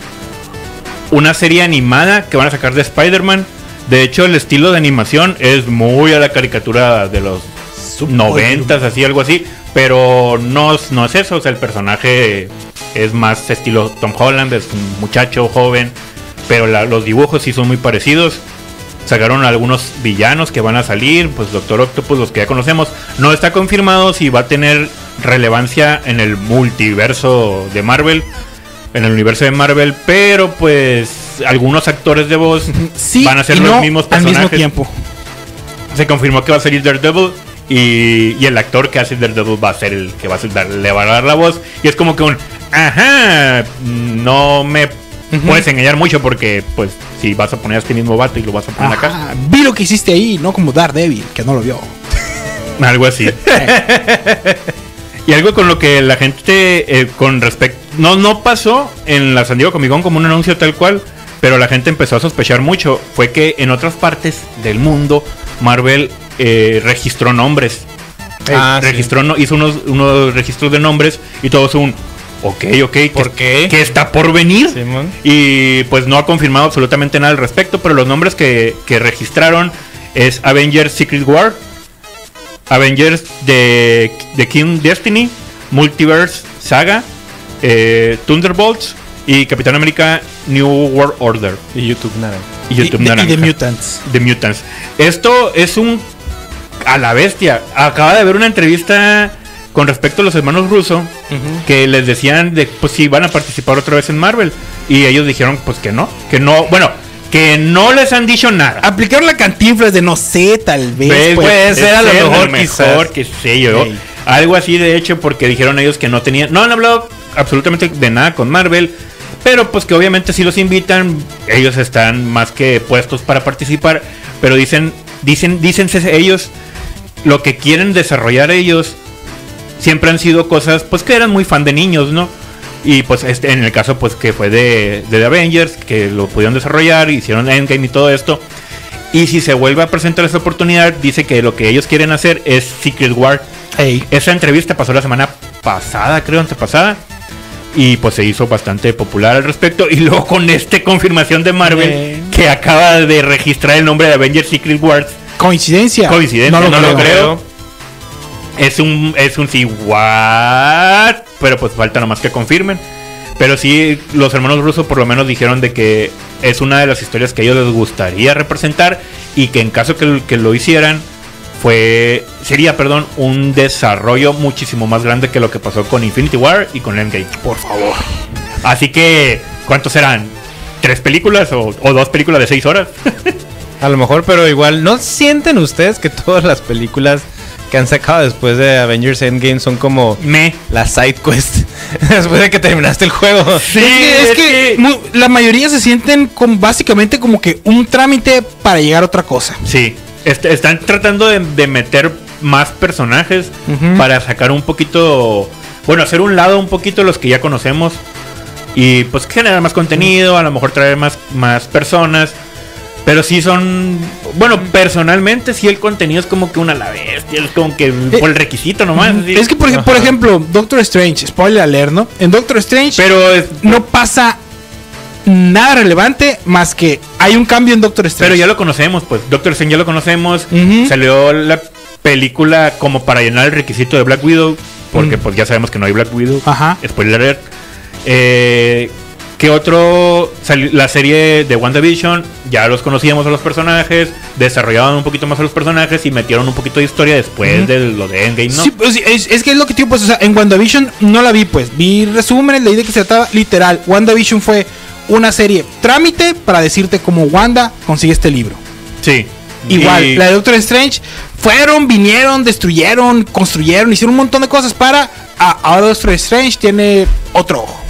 C: una serie animada que van a sacar de Spider-Man. De hecho, el estilo de animación es muy a la caricatura de los noventas, así, algo así. Pero no, es- no es eso, o sea, el personaje es más estilo Tom Holland, es un muchacho joven. Pero la- los dibujos sí son muy parecidos sacaron algunos villanos que van a salir, pues Doctor Octopus, los que ya conocemos. No está confirmado si va a tener relevancia en el multiverso de Marvel, en el universo de Marvel, pero pues algunos actores de voz
E: Sí,
C: van a ser
E: y
C: los
E: no
C: mismos
E: al
C: personajes.
E: mismo tiempo.
C: Se confirmó que va a salir Daredevil y, y el actor que hace Daredevil va a ser el que va a ser- dar- le va a dar la voz y es como que un ajá, no me puedes engañar mucho porque pues si vas a poner a este mismo vato y lo vas a poner acá
E: Ajá, Vi lo que hiciste ahí, no como Daredevil, que no lo vio.
C: Algo así. y algo con lo que la gente, eh, con respecto. No, no pasó en la San Diego Comic Con como un anuncio tal cual, pero la gente empezó a sospechar mucho. Fue que en otras partes del mundo, Marvel eh, registró nombres.
B: Ah, sí.
C: registró, no- hizo unos, unos registros de nombres y todos un. Ok, ok,
B: ¿Por
C: que-
B: qué?
C: que está por venir?
B: Simón.
C: Y pues no ha confirmado absolutamente nada al respecto, pero los nombres que, que registraron es Avengers Secret War, Avengers de, de King Destiny, Multiverse Saga, eh, Thunderbolts y Capitán América New World Order.
B: Y YouTube Naranja.
C: Y
E: Y,
C: YouTube
E: de- y
C: Naranja.
E: de Mutants.
C: The Mutants. Esto es un. A la bestia. Acaba de haber una entrevista con respecto a los hermanos rusos que les decían de pues si van a participar otra vez en Marvel. Y ellos dijeron pues que no. Que no. Bueno, que no les han dicho nada.
E: Aplicaron la cantinflas de no sé, tal vez.
C: Pues,
B: puede ser a lo mejor, quizás.
C: que sé yo.
E: Ey.
C: Algo así de hecho, porque dijeron ellos que no tenían. No han hablado absolutamente de nada con Marvel. Pero pues que obviamente si los invitan, ellos están más que puestos para participar. Pero dicen, dicen, dícense ellos lo que quieren desarrollar ellos siempre han sido cosas pues que eran muy fan de niños, ¿no? Y pues este, en el caso pues que fue de, de The Avengers, que lo pudieron desarrollar, hicieron Endgame y todo esto. Y si se vuelve a presentar esa oportunidad, dice que lo que ellos quieren hacer es Secret War.
E: Ey.
C: Esa entrevista pasó la semana pasada, creo, antepasada. Y pues se hizo bastante popular al respecto. Y luego con esta confirmación de Marvel,
E: Eh.
C: que acaba de registrar el nombre de Avengers Secret Wars,
E: Coincidencia.
C: Coincidencia,
E: No lo creo.
C: Es un, es un sí, what? Pero pues falta nomás que confirmen. Pero sí, los hermanos rusos por lo menos dijeron de que es una de las historias que a ellos les gustaría representar y que en caso que, que lo hicieran, fue sería, perdón, un desarrollo muchísimo más grande que lo que pasó con Infinity War y con Endgame.
E: Por favor.
C: Así que, ¿cuántos serán? ¿Tres películas o, o dos películas de seis horas?
B: A lo mejor, pero igual, ¿no sienten ustedes que todas las películas que han sacado después de Avengers Endgame son como
C: Me.
B: la side quest después de que terminaste el juego?
C: Sí,
E: es que mu- la mayoría se sienten con, básicamente como que un trámite para llegar a otra cosa.
C: Sí, est- están tratando de, de meter más personajes
E: Ujú.
C: para sacar un poquito, bueno, hacer un lado un poquito los que ya conocemos y pues generar más contenido, a lo mejor traer más, más personas. Pero sí son, bueno, personalmente sí el contenido es como que una a la bestia, es como que por el requisito nomás. así.
E: Eh, Es que, por, ej- por
B: Ajá.
E: ejemplo, Doctor Strange, spoiler alert, ¿no? En Doctor Strange
C: Pero es-
E: no pasa nada relevante más que hay un cambio en Doctor Strange.
C: Pero ya lo conocemos, pues. Doctor Strange ya lo conocemos.
E: Ujú.
C: Salió la película como para llenar el requisito de Black Widow. Porque pues ya sabemos que no hay Black Widow.
E: Mm. Ajá.
C: Spoiler alert. Eh, ¿Qué otro? Sali- La serie de WandaVision. Ya los conocíamos a los personajes. Desarrollaban un poquito más a los personajes. Y metieron un poquito de historia después de lo de Endgame, ¿no?
E: Sí, pues, sí, es, es que es lo que tipo, pues, o sea, en WandaVision no la vi, pues. Vi resúmenes, leí de que se trataba literal. WandaVision fue una serie trámite para decirte como Wanda consigue este libro.
C: Sí.
E: Igual,
C: Y-
E: la de Doctor Strange fueron, vinieron, destruyeron, construyeron, hicieron un montón de cosas para. ah, ahora Doctor Strange tiene otro ojo.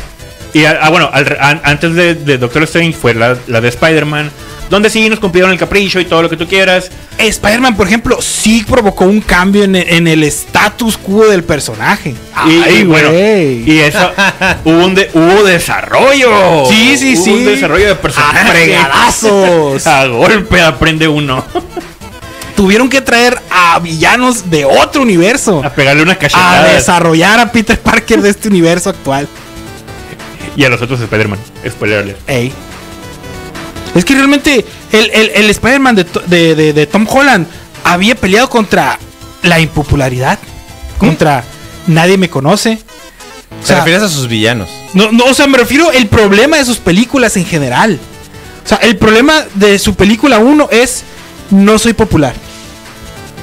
C: Y ah, ah, bueno, al re- an- antes de, de Doctor Strange fue la, la de Spider-Man, donde sí nos cumplieron el capricho y todo lo que tú quieras.
E: Spider-Man, por ejemplo, sí provocó un cambio en, en el status quo del personaje.
C: Y, y bueno,
E: güey.
C: y eso hubo un de- hubo desarrollo.
E: Sí, sí,
C: Hubo
E: sí.
C: Un desarrollo de
E: ¡Ah,
C: personaje.
E: fregadazos!
C: A golpe aprende uno.
E: Tuvieron que traer a villanos de otro universo
C: A pegarle unas
E: a
C: cachetadas.
E: desarrollar a Peter Parker de este universo actual.
C: y a los otros Spider-Man. Spoiler alert.
E: Ey. Es que realmente el, el- el Spider-Man de, To- de- de- de Tom Holland había peleado contra la impopularidad, contra nadie me conoce. O
B: ¿Te
E: sea,
B: refieres a sus villanos?
E: no, no, o sea, me refiero el problema de sus películas en general. O sea, el problema de su película 1 es no soy popular.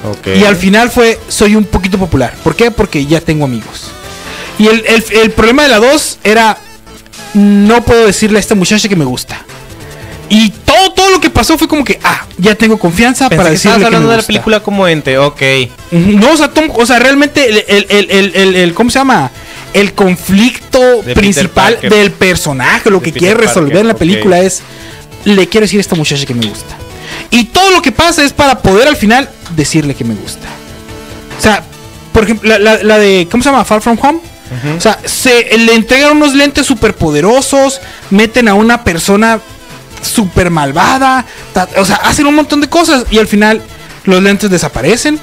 B: Ok.
E: Y al final fue, soy un poquito popular. ¿Por qué? Porque ya tengo amigos. Y el, el- el problema de la 2 era, no puedo decirle a esta muchacha que me gusta. Y todo, todo lo que pasó fue como que, ah, ya tengo confianza
B: Pensé
E: para
B: que
E: decirle
B: estabas
E: que me
B: hablando de la
E: gusta.
B: película como ente, ok.
E: Ujú, No, o sea, Tom- o sea, realmente el, el- el- el- el- el- ¿cómo se llama? El conflicto
B: Peter
E: principal
B: Parker.
E: del personaje, lo
B: De
E: que
B: Peter
E: quiere resolver
B: Parker,
E: en la
B: ok.
E: película es, le quiero decir a esta muchacha que me gusta. Y todo lo que pasa es para poder al final decirle que me gusta. O sea, por ejemplo, la, la- la de, ¿cómo se llama? Far From Home. O sea, se le entregan unos lentes superpoderosos, meten a una persona super malvada, ta- o sea, hacen un montón de cosas y al final los lentes desaparecen,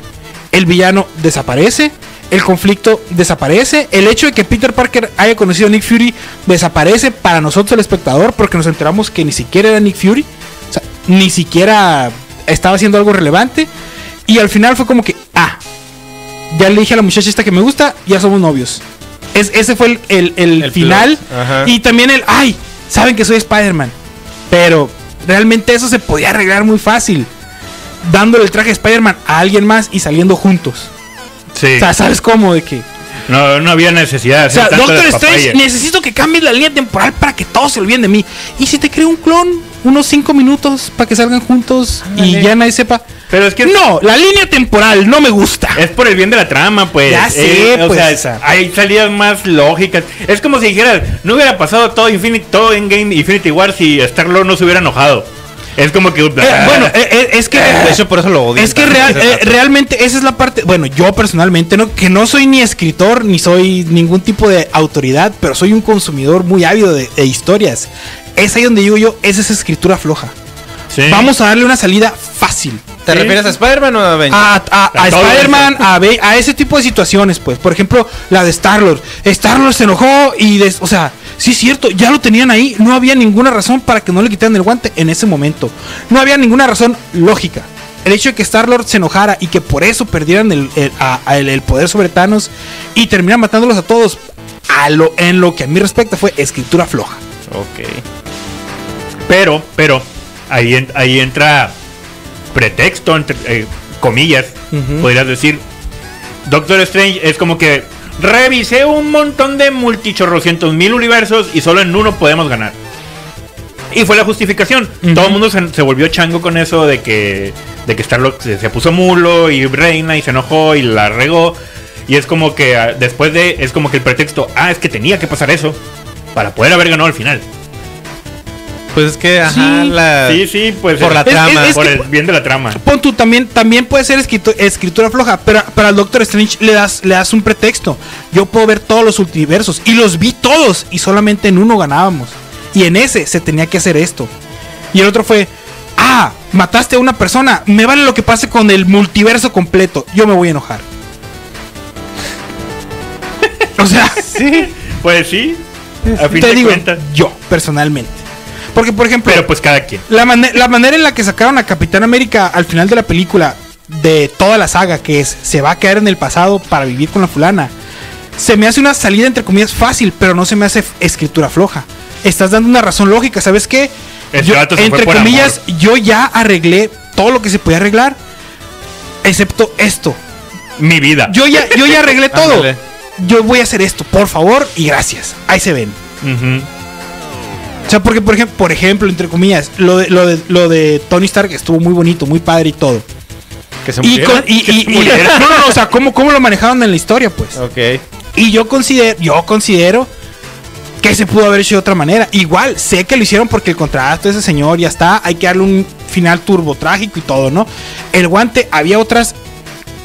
E: el villano desaparece, el conflicto desaparece, el hecho de que Peter Parker haya conocido a Nick Fury desaparece para nosotros el espectador porque nos enteramos que ni siquiera era Nick Fury, o sea, ni siquiera estaba haciendo algo relevante y al final fue como que, ah, ya le dije a la muchacha esta que me gusta, ya somos novios. Es, ese fue el, el- el
B: El
E: final.
B: plot, ajá.
E: Y también el, ay, saben que soy Spider-Man. Pero realmente eso se podía arreglar muy fácil. Dándole el traje de Spider-Man a alguien más y saliendo juntos.
C: Sí.
E: O sea, ¿sabes cómo? De que.
C: No, no había necesidad. de
E: O sea,
C: hacer tanto
E: Doctor
C: despapalle.
E: Strange, necesito que cambies la línea temporal para que todos se olviden de mí. Y si te creo un clon, unos 5 minutos para que salgan juntos y
C: Ándale.
E: ya nadie sepa.
C: Pero es que
E: No, la línea temporal no me gusta. Eh,
C: Es por el bien de la trama, pues.
E: Ya sé,
C: o
E: pues.
C: sea, es- hay salidas más lógicas. Es como si dijeras, no hubiera pasado todo Infinity, todo en Game Infinity War si Star Lord no se hubiera enojado. Es como que.
E: Eh, bueno, eh, eh, es que.
B: De hecho, por eso lo odio.
E: Es que real- eh, realmente esa es la parte, bueno, yo personalmente, no, que no soy ni escritor, ni soy ningún tipo de autoridad, pero soy un consumidor muy ávido de, de historias. Es ahí donde digo yo, es esa escritura floja.
C: Sí.
E: Vamos a darle una salida fácil.
B: ¿Te refieres a
E: eh,
B: Spider-Man o a Avengers?
E: A, a- a
C: A todo
E: Spider-Man, a, Ave- a ese tipo de situaciones, pues. Por ejemplo, la de Star-Lord. Star-Lord se enojó y, des- o sea, sí es cierto, ya lo tenían ahí. No había ninguna razón para que no le quitaran el guante en ese momento. No había ninguna razón lógica. El hecho de que Star-Lord se enojara y que por eso perdieran el, el- a- a- el- el poder sobre Thanos y terminan matándolos a todos, a lo, en lo que a mí respecta fue escritura floja.
B: ok.
C: Pero, pero, ahí, en- ahí entra pretexto, entre eh, comillas,
E: Ujú.
C: podrías decir. Doctor Strange es como que revisé un montón de multichorrocientos mil universos y solo en uno podemos ganar. Y fue la justificación.
E: Ujú.
C: Todo el mundo se, se volvió chango con eso de que, de que Starlock se, se puso mulo y reina y se enojó y la regó. Y es como que ah, después de. Es como que el pretexto. Ah, es que tenía que pasar eso para poder haber ganado al final.
B: Pues es que, ajá,
E: Sí.
B: la.
C: Sí, sí, pues.
B: Por la
C: es- es-
B: trama.
C: es por
E: que-
C: el bien de la trama.
E: Pon tú, también, también puede ser escritu- escritura floja, pero para el Doctor Strange le das, le das un pretexto. Yo puedo ver todos los multiversos y los vi todos y solamente en uno ganábamos. Y en ese se tenía que hacer esto. Y el otro fue, ah, mataste a una persona, me vale lo que pase con el multiverso completo, yo me voy a enojar. o sea,
C: Pues sí. A fin
E: te
C: de
E: digo,
C: cuentas.
E: yo personalmente. Porque, por ejemplo,
C: Pero pues cada quien.
E: la, mane- la manera en la que sacaron a Capitán América al final de la película, de toda la saga, que es se va a quedar en el pasado para vivir con la fulana, se me hace una salida entre comillas fácil, pero no se me hace f- escritura floja. Estás dando una razón lógica, ¿sabes qué?
C: Este
E: Yo-
C: vato se fue
E: entre
C: por
E: comillas, yo ya arreglé todo lo que se podía arreglar, excepto esto.
C: Mi vida.
E: Yo ya, yo ya arreglé todo.
B: Ándale.
E: Yo voy a hacer esto, por favor y gracias. Ahí se ven.
C: Ujú.
E: O sea, porque por ejemplo, por ejemplo, entre comillas, lo de, lo de, lo de Tony Stark estuvo muy bonito, muy padre y todo.
B: Que se
E: Y,
B: muriera.
E: con- y-
C: que
E: y-
C: se
E: y-
C: muriera.
E: no, no, no, o sea, ¿cómo, cómo lo manejaron en la historia, pues.
B: Ok.
E: Y yo considero, yo considero que se pudo haber hecho de otra manera. Igual, sé que lo hicieron porque el contrato de ese señor ya está, hay que darle un final turbo trágico y todo, ¿no? El guante, había otras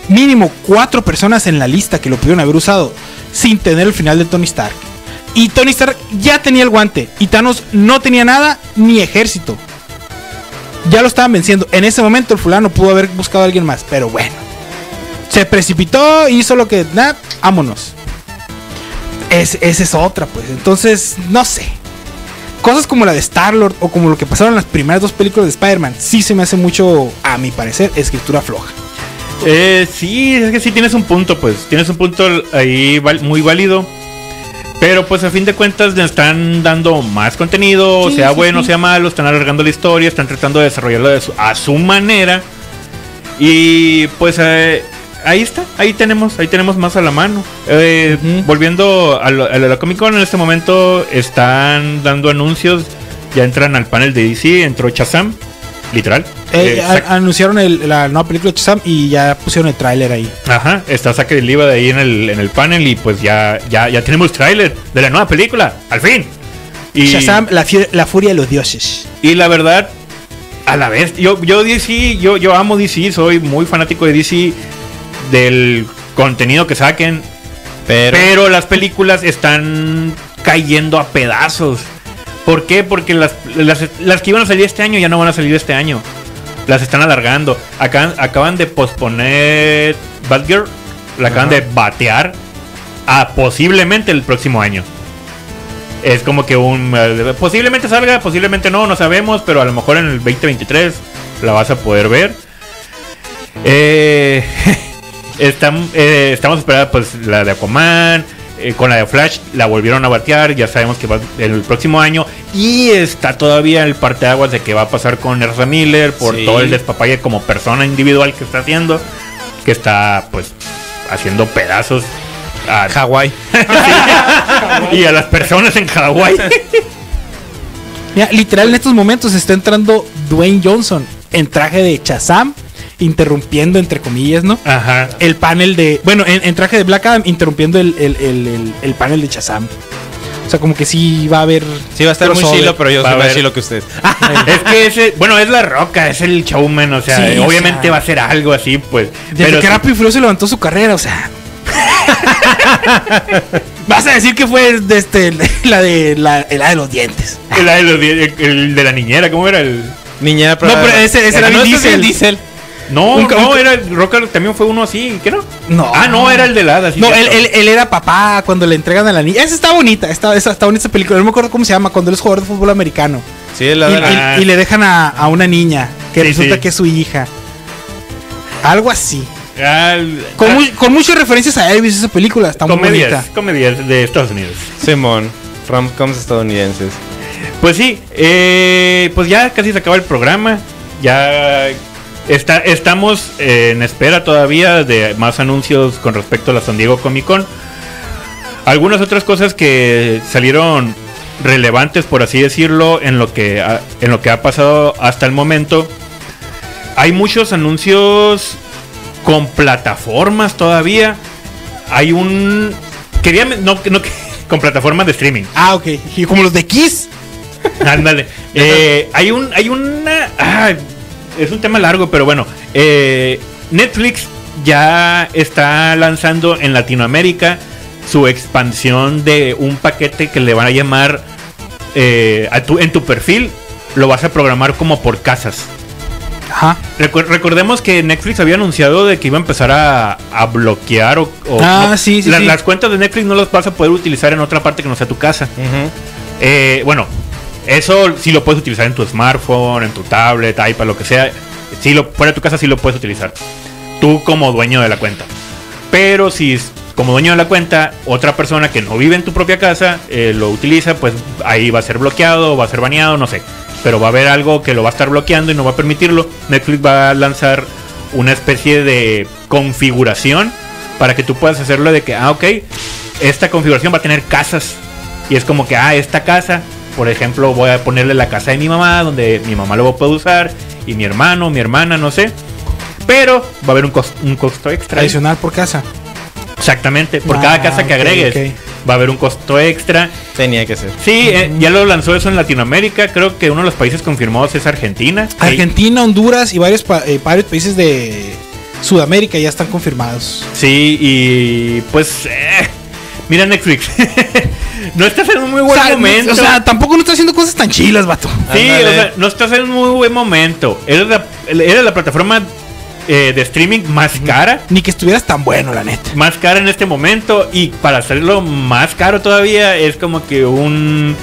E: mínimo cuatro personas en la lista que lo pudieron haber usado sin tener el final de Tony Stark. Y Tony Stark ya tenía el guante y Thanos no tenía nada ni ejército. Ya lo estaban venciendo. En ese momento el fulano pudo haber buscado a alguien más, pero bueno. Se precipitó, hizo lo que... Nah, vámonos. Es, esa es otra, pues. Entonces, no sé. Cosas como la de Star-Lord o como lo que pasaron en las primeras dos películas de Spider-Man, sí se me hace mucho, a mi parecer, escritura floja.
C: Eh, sí, es que sí tienes un punto, pues. Tienes un punto ahí val- muy válido. Pero pues a fin de cuentas le están dando más contenido,
A: Sí,
C: sea
A: sí,
C: bueno,
A: sí.
C: sea malo, están alargando la historia, están tratando de desarrollarlo de su- a su manera. Y pues eh, ahí está, ahí tenemos, ahí tenemos más a la mano. Eh,
B: Ujú.
C: Volviendo a, lo- a la Comic Con, en este momento están dando anuncios, ya entran al panel de DC, entró Chazam, literal.
E: Eh,
C: Eh,
E: a-
C: sac-
E: anunciaron el- la nueva película de Shazam y ya pusieron el tráiler ahí.
C: Ajá, está Saque del IVA de ahí en el, en el panel y pues ya, ya, ya tenemos tráiler de la nueva película, al fin. Y,
E: Shazam, la, fie- la furia de los dioses.
C: y la verdad, a la vez, yo, yo DC, yo, yo amo DC, soy muy fanático de DC, del contenido que saquen,
B: Pero,
C: pero, las películas están cayendo a pedazos. ¿Por qué? Porque las, las, las que iban a salir este año ya no van a salir este año. Las están alargando. Acaban, acaban de posponer Batgirl. La acaban de batear a posiblemente el próximo año. Es como que un... eh, Posiblemente salga, posiblemente no, no sabemos, pero a lo mejor en el 2023 la vas a poder ver. Eh, Estam- eh, estamos esperando pues la de Aquaman. eh, con la de Flash la volvieron a batear. Ya sabemos que va el próximo año. Y está todavía el parteaguas de que va a pasar con Ezra Miller. Por
B: Sí.
C: todo el despapalle como persona individual que está haciendo. Que está pues haciendo pedazos a,
B: Hawái.
C: y a las personas en Hawái.
E: Mira, literal en estos momentos está entrando Dwayne Johnson en traje de Shazam, interrumpiendo entre comillas, ¿no?
C: Ajá.
E: El panel de. Bueno, en, en traje de Black Adam, interrumpiendo el, el- el- el- el panel de Shazam. O sea, como que sí va a haber.
B: Sí, va a estar muy
E: crossover.
B: chilo, pero yo
C: Va a
B: soy más
C: haber-
B: chilo que Ah, usted.
C: es que ese, bueno, es la roca, es el showman, o sea,
E: Sí, o
C: obviamente
E: sea.
C: va a ser algo así, pues.
E: Desde que Rápido y Furioso levantó su carrera, o sea. Vas a decir que fue de este, la, de, la, la de los dientes.
C: El, el- el de la niñera, ¿cómo era? El,
B: Niña,
E: No, pero ese- ese era
B: no,
E: Vin
B: ese es Vin
E: Diesel.
B: Diesel.
C: No,
E: Un ca-
C: no,
E: un ca-
C: era el Rocker también fue uno así, ¿qué no?
E: No.
C: Ah, no, era el de Lada.
E: No, él, él- él era papá cuando le entregan a la niña. Esa está bonita, está, esa está bonita esa película. No me acuerdo cómo se llama, cuando él es jugador de fútbol americano.
B: Sí, el
E: Y,
B: lado de la-
C: la-
E: y- y le dejan a, a una niña, que
C: Sí,
E: resulta
C: sí.
E: que es su hija. Algo así.
C: Ah,
E: Con, mu- con muchas referencias a Elvis esa película, está muy bonita.
C: comedias, comedias de Estados Unidos.
B: Simón. Romcoms estadounidenses.
C: Pues sí, eh, pues ya casi se acaba el programa. Ya está, estamos eh, en espera todavía de más anuncios con respecto a la San Diego Comic Con. Algunas otras cosas que salieron relevantes, por así decirlo, en lo que ha, en lo que ha pasado hasta el momento. Hay muchos anuncios con plataformas todavía. Hay un quería men- no no con plataformas de streaming.
E: Ah, ok. Y como los de Kiss.
C: Ándale. Eh, hay un. Hay una. ah, es un tema largo, pero bueno. Eh, Netflix ya está lanzando en Latinoamérica su expansión de un paquete que le van a llamar eh, a tu, en tu perfil. Lo vas a programar como por casas.
E: Ajá.
C: Recu- recordemos que Netflix había anunciado de que iba a empezar a, a bloquear o, o-
E: Ah,
C: no-
E: sí, sí,
C: la-
E: sí.
C: las cuentas de Netflix no las vas a poder utilizar en otra parte que no sea tu casa. Eh, bueno, eso sí lo puedes utilizar en tu smartphone, en tu tablet, iPad, lo que sea. Si lo, fuera de tu casa sí lo puedes utilizar. Tú como dueño de la cuenta. Pero si es- como dueño de la cuenta, otra persona que no vive en tu propia casa eh, lo utiliza, pues ahí va a ser bloqueado, va a ser baneado, no sé. Pero va a haber algo que lo va a estar bloqueando y no va a permitirlo. Netflix va a lanzar una especie de configuración para que tú puedas hacerlo de que, ah, ok, esta configuración va a tener casas. Y es como que, ah, esta casa, por ejemplo, voy a ponerle la casa de mi mamá, donde mi mamá lo puede usar, y mi hermano, mi hermana, no sé. Pero va a haber un, cos- un costo extra. ahí.
E: Tradicional por casa.
C: Exactamente, por
E: Ah,
C: cada casa que
E: ok,
C: agregues.
E: ok.
C: va a haber un costo extra.
B: Tenía que ser.
C: Sí, eh, ya lo lanzó eso en Latinoamérica. Creo que uno de los países confirmados es Argentina.
E: Argentina, Honduras y varios, pa- eh, varios países de Sudamérica ya están confirmados.
C: Sí, y pues. eh, mira Netflix. no estás en un muy
E: O
C: buen
E: sea,
C: momento.
E: o sea, tampoco no está haciendo cosas tan chilas, vato.
C: sí,
B: ándale.
C: o sea, no estás en un muy buen momento. Eres la, eres la plataforma eh, de streaming más cara.
E: Ni que estuvieras tan bueno, la neta.
C: Más cara en este momento. Y para hacerlo más caro todavía, es como que un.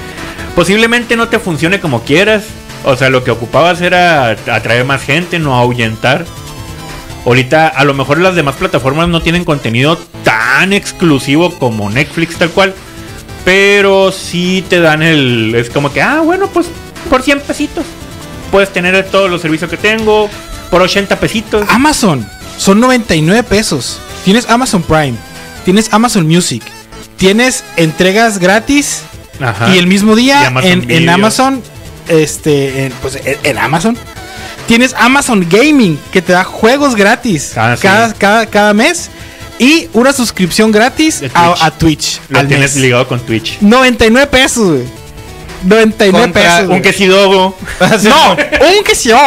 C: Posiblemente no te funcione como quieras. O sea, lo que ocupabas era atraer más gente, no ahuyentar. Ahorita a lo mejor las demás plataformas no tienen contenido tan exclusivo como Netflix tal cual. Pero sí te dan el... Es como que, ah, bueno, pues por 100 pesitos. Puedes tener todos los servicios que tengo. Por 80 pesitos.
E: Amazon son 99 pesos. Tienes Amazon Prime, tienes Amazon Music, tienes entregas gratis
C: Ajá.
E: Ah, y el mismo
C: Y
E: día
C: Amazon
E: en, en
C: Video.
E: Amazon, este, en, pues en, en Amazon. Tienes Amazon Gaming que te da juegos gratis
C: Ah, sí.
E: cada, cada, cada mes y una suscripción gratis
C: De Twitch.
E: A, a Twitch.
C: Lo
E: al
C: tienes
E: mes.
C: ligado con Twitch.
E: 99 pesos, güey. 99
B: Contra
E: pesos. güey.
C: Un quesidogo.
E: No, un quesillo,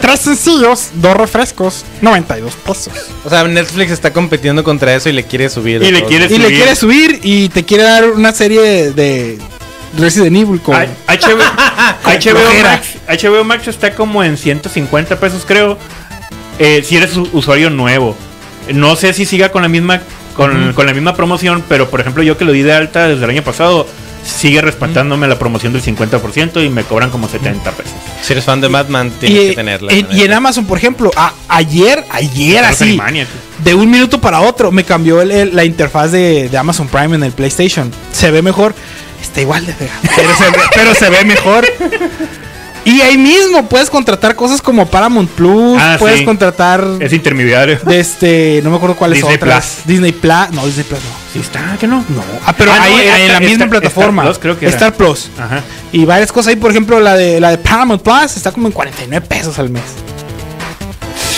E: tres sencillos, dos refrescos, 92 pesos.
B: O sea, Netflix está compitiendo contra eso y le quiere subir.
C: Y
B: a
C: le
B: todo.
C: quiere
E: Y le
C: subir.
E: quiere subir y te quiere dar una serie de Resident Evil con...
C: H- HBO, HBO,
E: flojera.
C: Max, HBO Max está como en 150 pesos, creo. eh, si eres u- usuario nuevo. No sé si siga con la misma con, con la misma promoción, pero por ejemplo, yo que lo di de alta desde el año pasado, sigue respetándome la promoción del 50% y me cobran como 70 pesos.
B: Si eres fan de Batman,
E: y,
B: tienes que tenerla.
E: y-
B: la
E: y en
B: neta.
E: Amazon, por ejemplo, a- ayer, ayer
C: Pero
E: así,
C: Animaniac.
E: de un minuto para otro, me cambió el- el- la interfaz de, de Amazon Prime en el PlayStation. Se ve mejor. Está igual de fea. Pero se ve, pero se ve mejor. Y ahí mismo puedes contratar cosas como Paramount Plus,
C: Ah,
E: puedes
C: sí.
E: contratar...
C: Es intermediario.
E: De este, no me acuerdo cuáles
C: Disney
E: otras.
C: Plus.
E: Disney Plus. No, Disney Plus no.
C: Sí está, que no. No.
E: Ah, pero
C: Ah, no,
E: ahí
C: era
E: en la
C: Star-
E: misma
C: Star-
E: plataforma.
C: Star Plus, creo que era. Ah.
E: Star Plus.
C: Ajá.
E: Y varias cosas ahí, por ejemplo, la de la de Paramount Plus está como en 49 pesos al mes.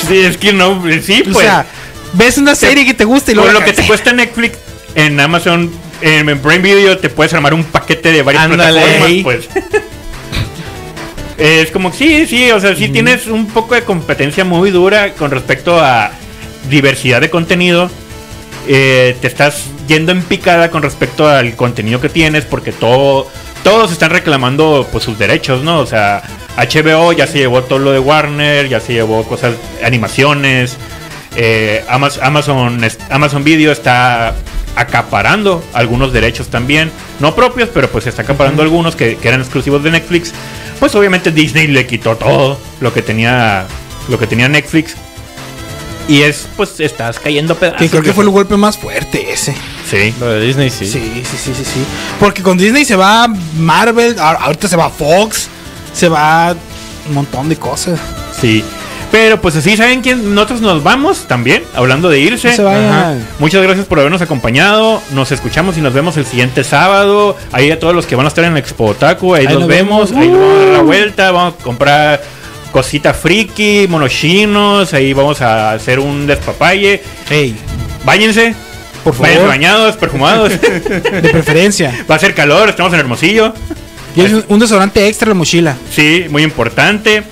C: Sí, es que no, sí,
E: o
C: pues.
E: sea, ves una serie que te gusta este y luego
C: Por lo
E: la
C: que te
E: cancelas.
C: cuesta Netflix en Amazon, en, en Prime Video, te puedes armar un paquete de varias
B: Ándale.
C: plataformas, pues. es como, sí, sí, o sea, sí tienes un poco de competencia muy dura con respecto a diversidad de contenido. Eh, te estás yendo en picada con respecto al contenido que tienes, porque todo, todos están reclamando pues sus derechos, ¿no? O sea, HBO ya se llevó todo lo de Warner, ya se llevó cosas, animaciones, eh, Amaz- Amazon, es- Amazon Video está acaparando algunos derechos también, no propios, pero pues está acaparando algunos que, que eran exclusivos de Netflix. Pues obviamente Disney le quitó todo lo que tenía, lo que tenía Netflix. Y es, pues, estás cayendo a pedazos.
E: Que creo que
C: viejo.
E: fue el golpe más fuerte ese.
C: Sí.
B: Lo de Disney sí.
E: Sí, sí, sí, sí, sí. Porque con Disney se va Marvel, a- ahorita se va Fox, se va un montón de cosas.
C: Sí. Pero pues así, ¿saben quién? Nosotros nos vamos también, hablando de irse.
E: No se vayan.
C: Muchas gracias por habernos acompañado. Nos escuchamos y nos vemos el siguiente sábado. Ahí a todos los que van a estar en Expo Otaku, ahí,
E: Ahí
C: los
E: nos
C: vemos.
E: vemos. ¡Uh!
C: Ahí nos vamos a dar la vuelta, vamos a comprar cositas friki, monoshinos, ahí vamos a hacer un despapalle.
E: Ey,
C: Váyanse.
E: Por favor.
C: Váyanse bañados, perfumados.
E: de preferencia.
C: Va a ser calor, estamos en Hermosillo.
E: Y es un- un desodorante extra en la mochila.
C: Sí, muy importante.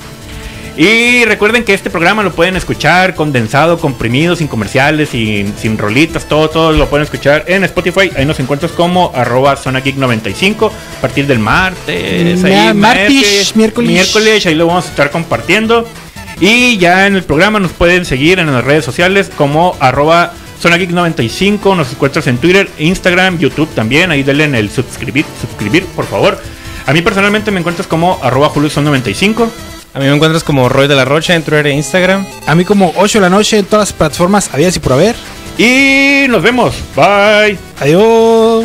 C: Y recuerden que este programa lo pueden escuchar condensado, comprimido, sin comerciales, sin, sin rolitas, todo, todo lo pueden escuchar en Spotify. Ahí nos encuentras como arroba zonageek95 a partir del martes.
E: Ma-
C: ahí,
E: Mm, martes, miércoles.
C: Miércoles, ahí lo vamos a estar compartiendo. Y ya en el programa nos pueden seguir en las redes sociales como arroba zonageek95. Nos encuentras en Twitter, Instagram, YouTube también. Ahí denle en el suscribir, suscribir, por favor. A mí personalmente me encuentras como arroba juliuson95.
B: A mí me encuentras como Roy de la Rocha en Twitter e Instagram.
E: A mí como 8 de la noche en todas las plataformas, había y por haber.
C: Y nos vemos. Bye.
E: Adiós.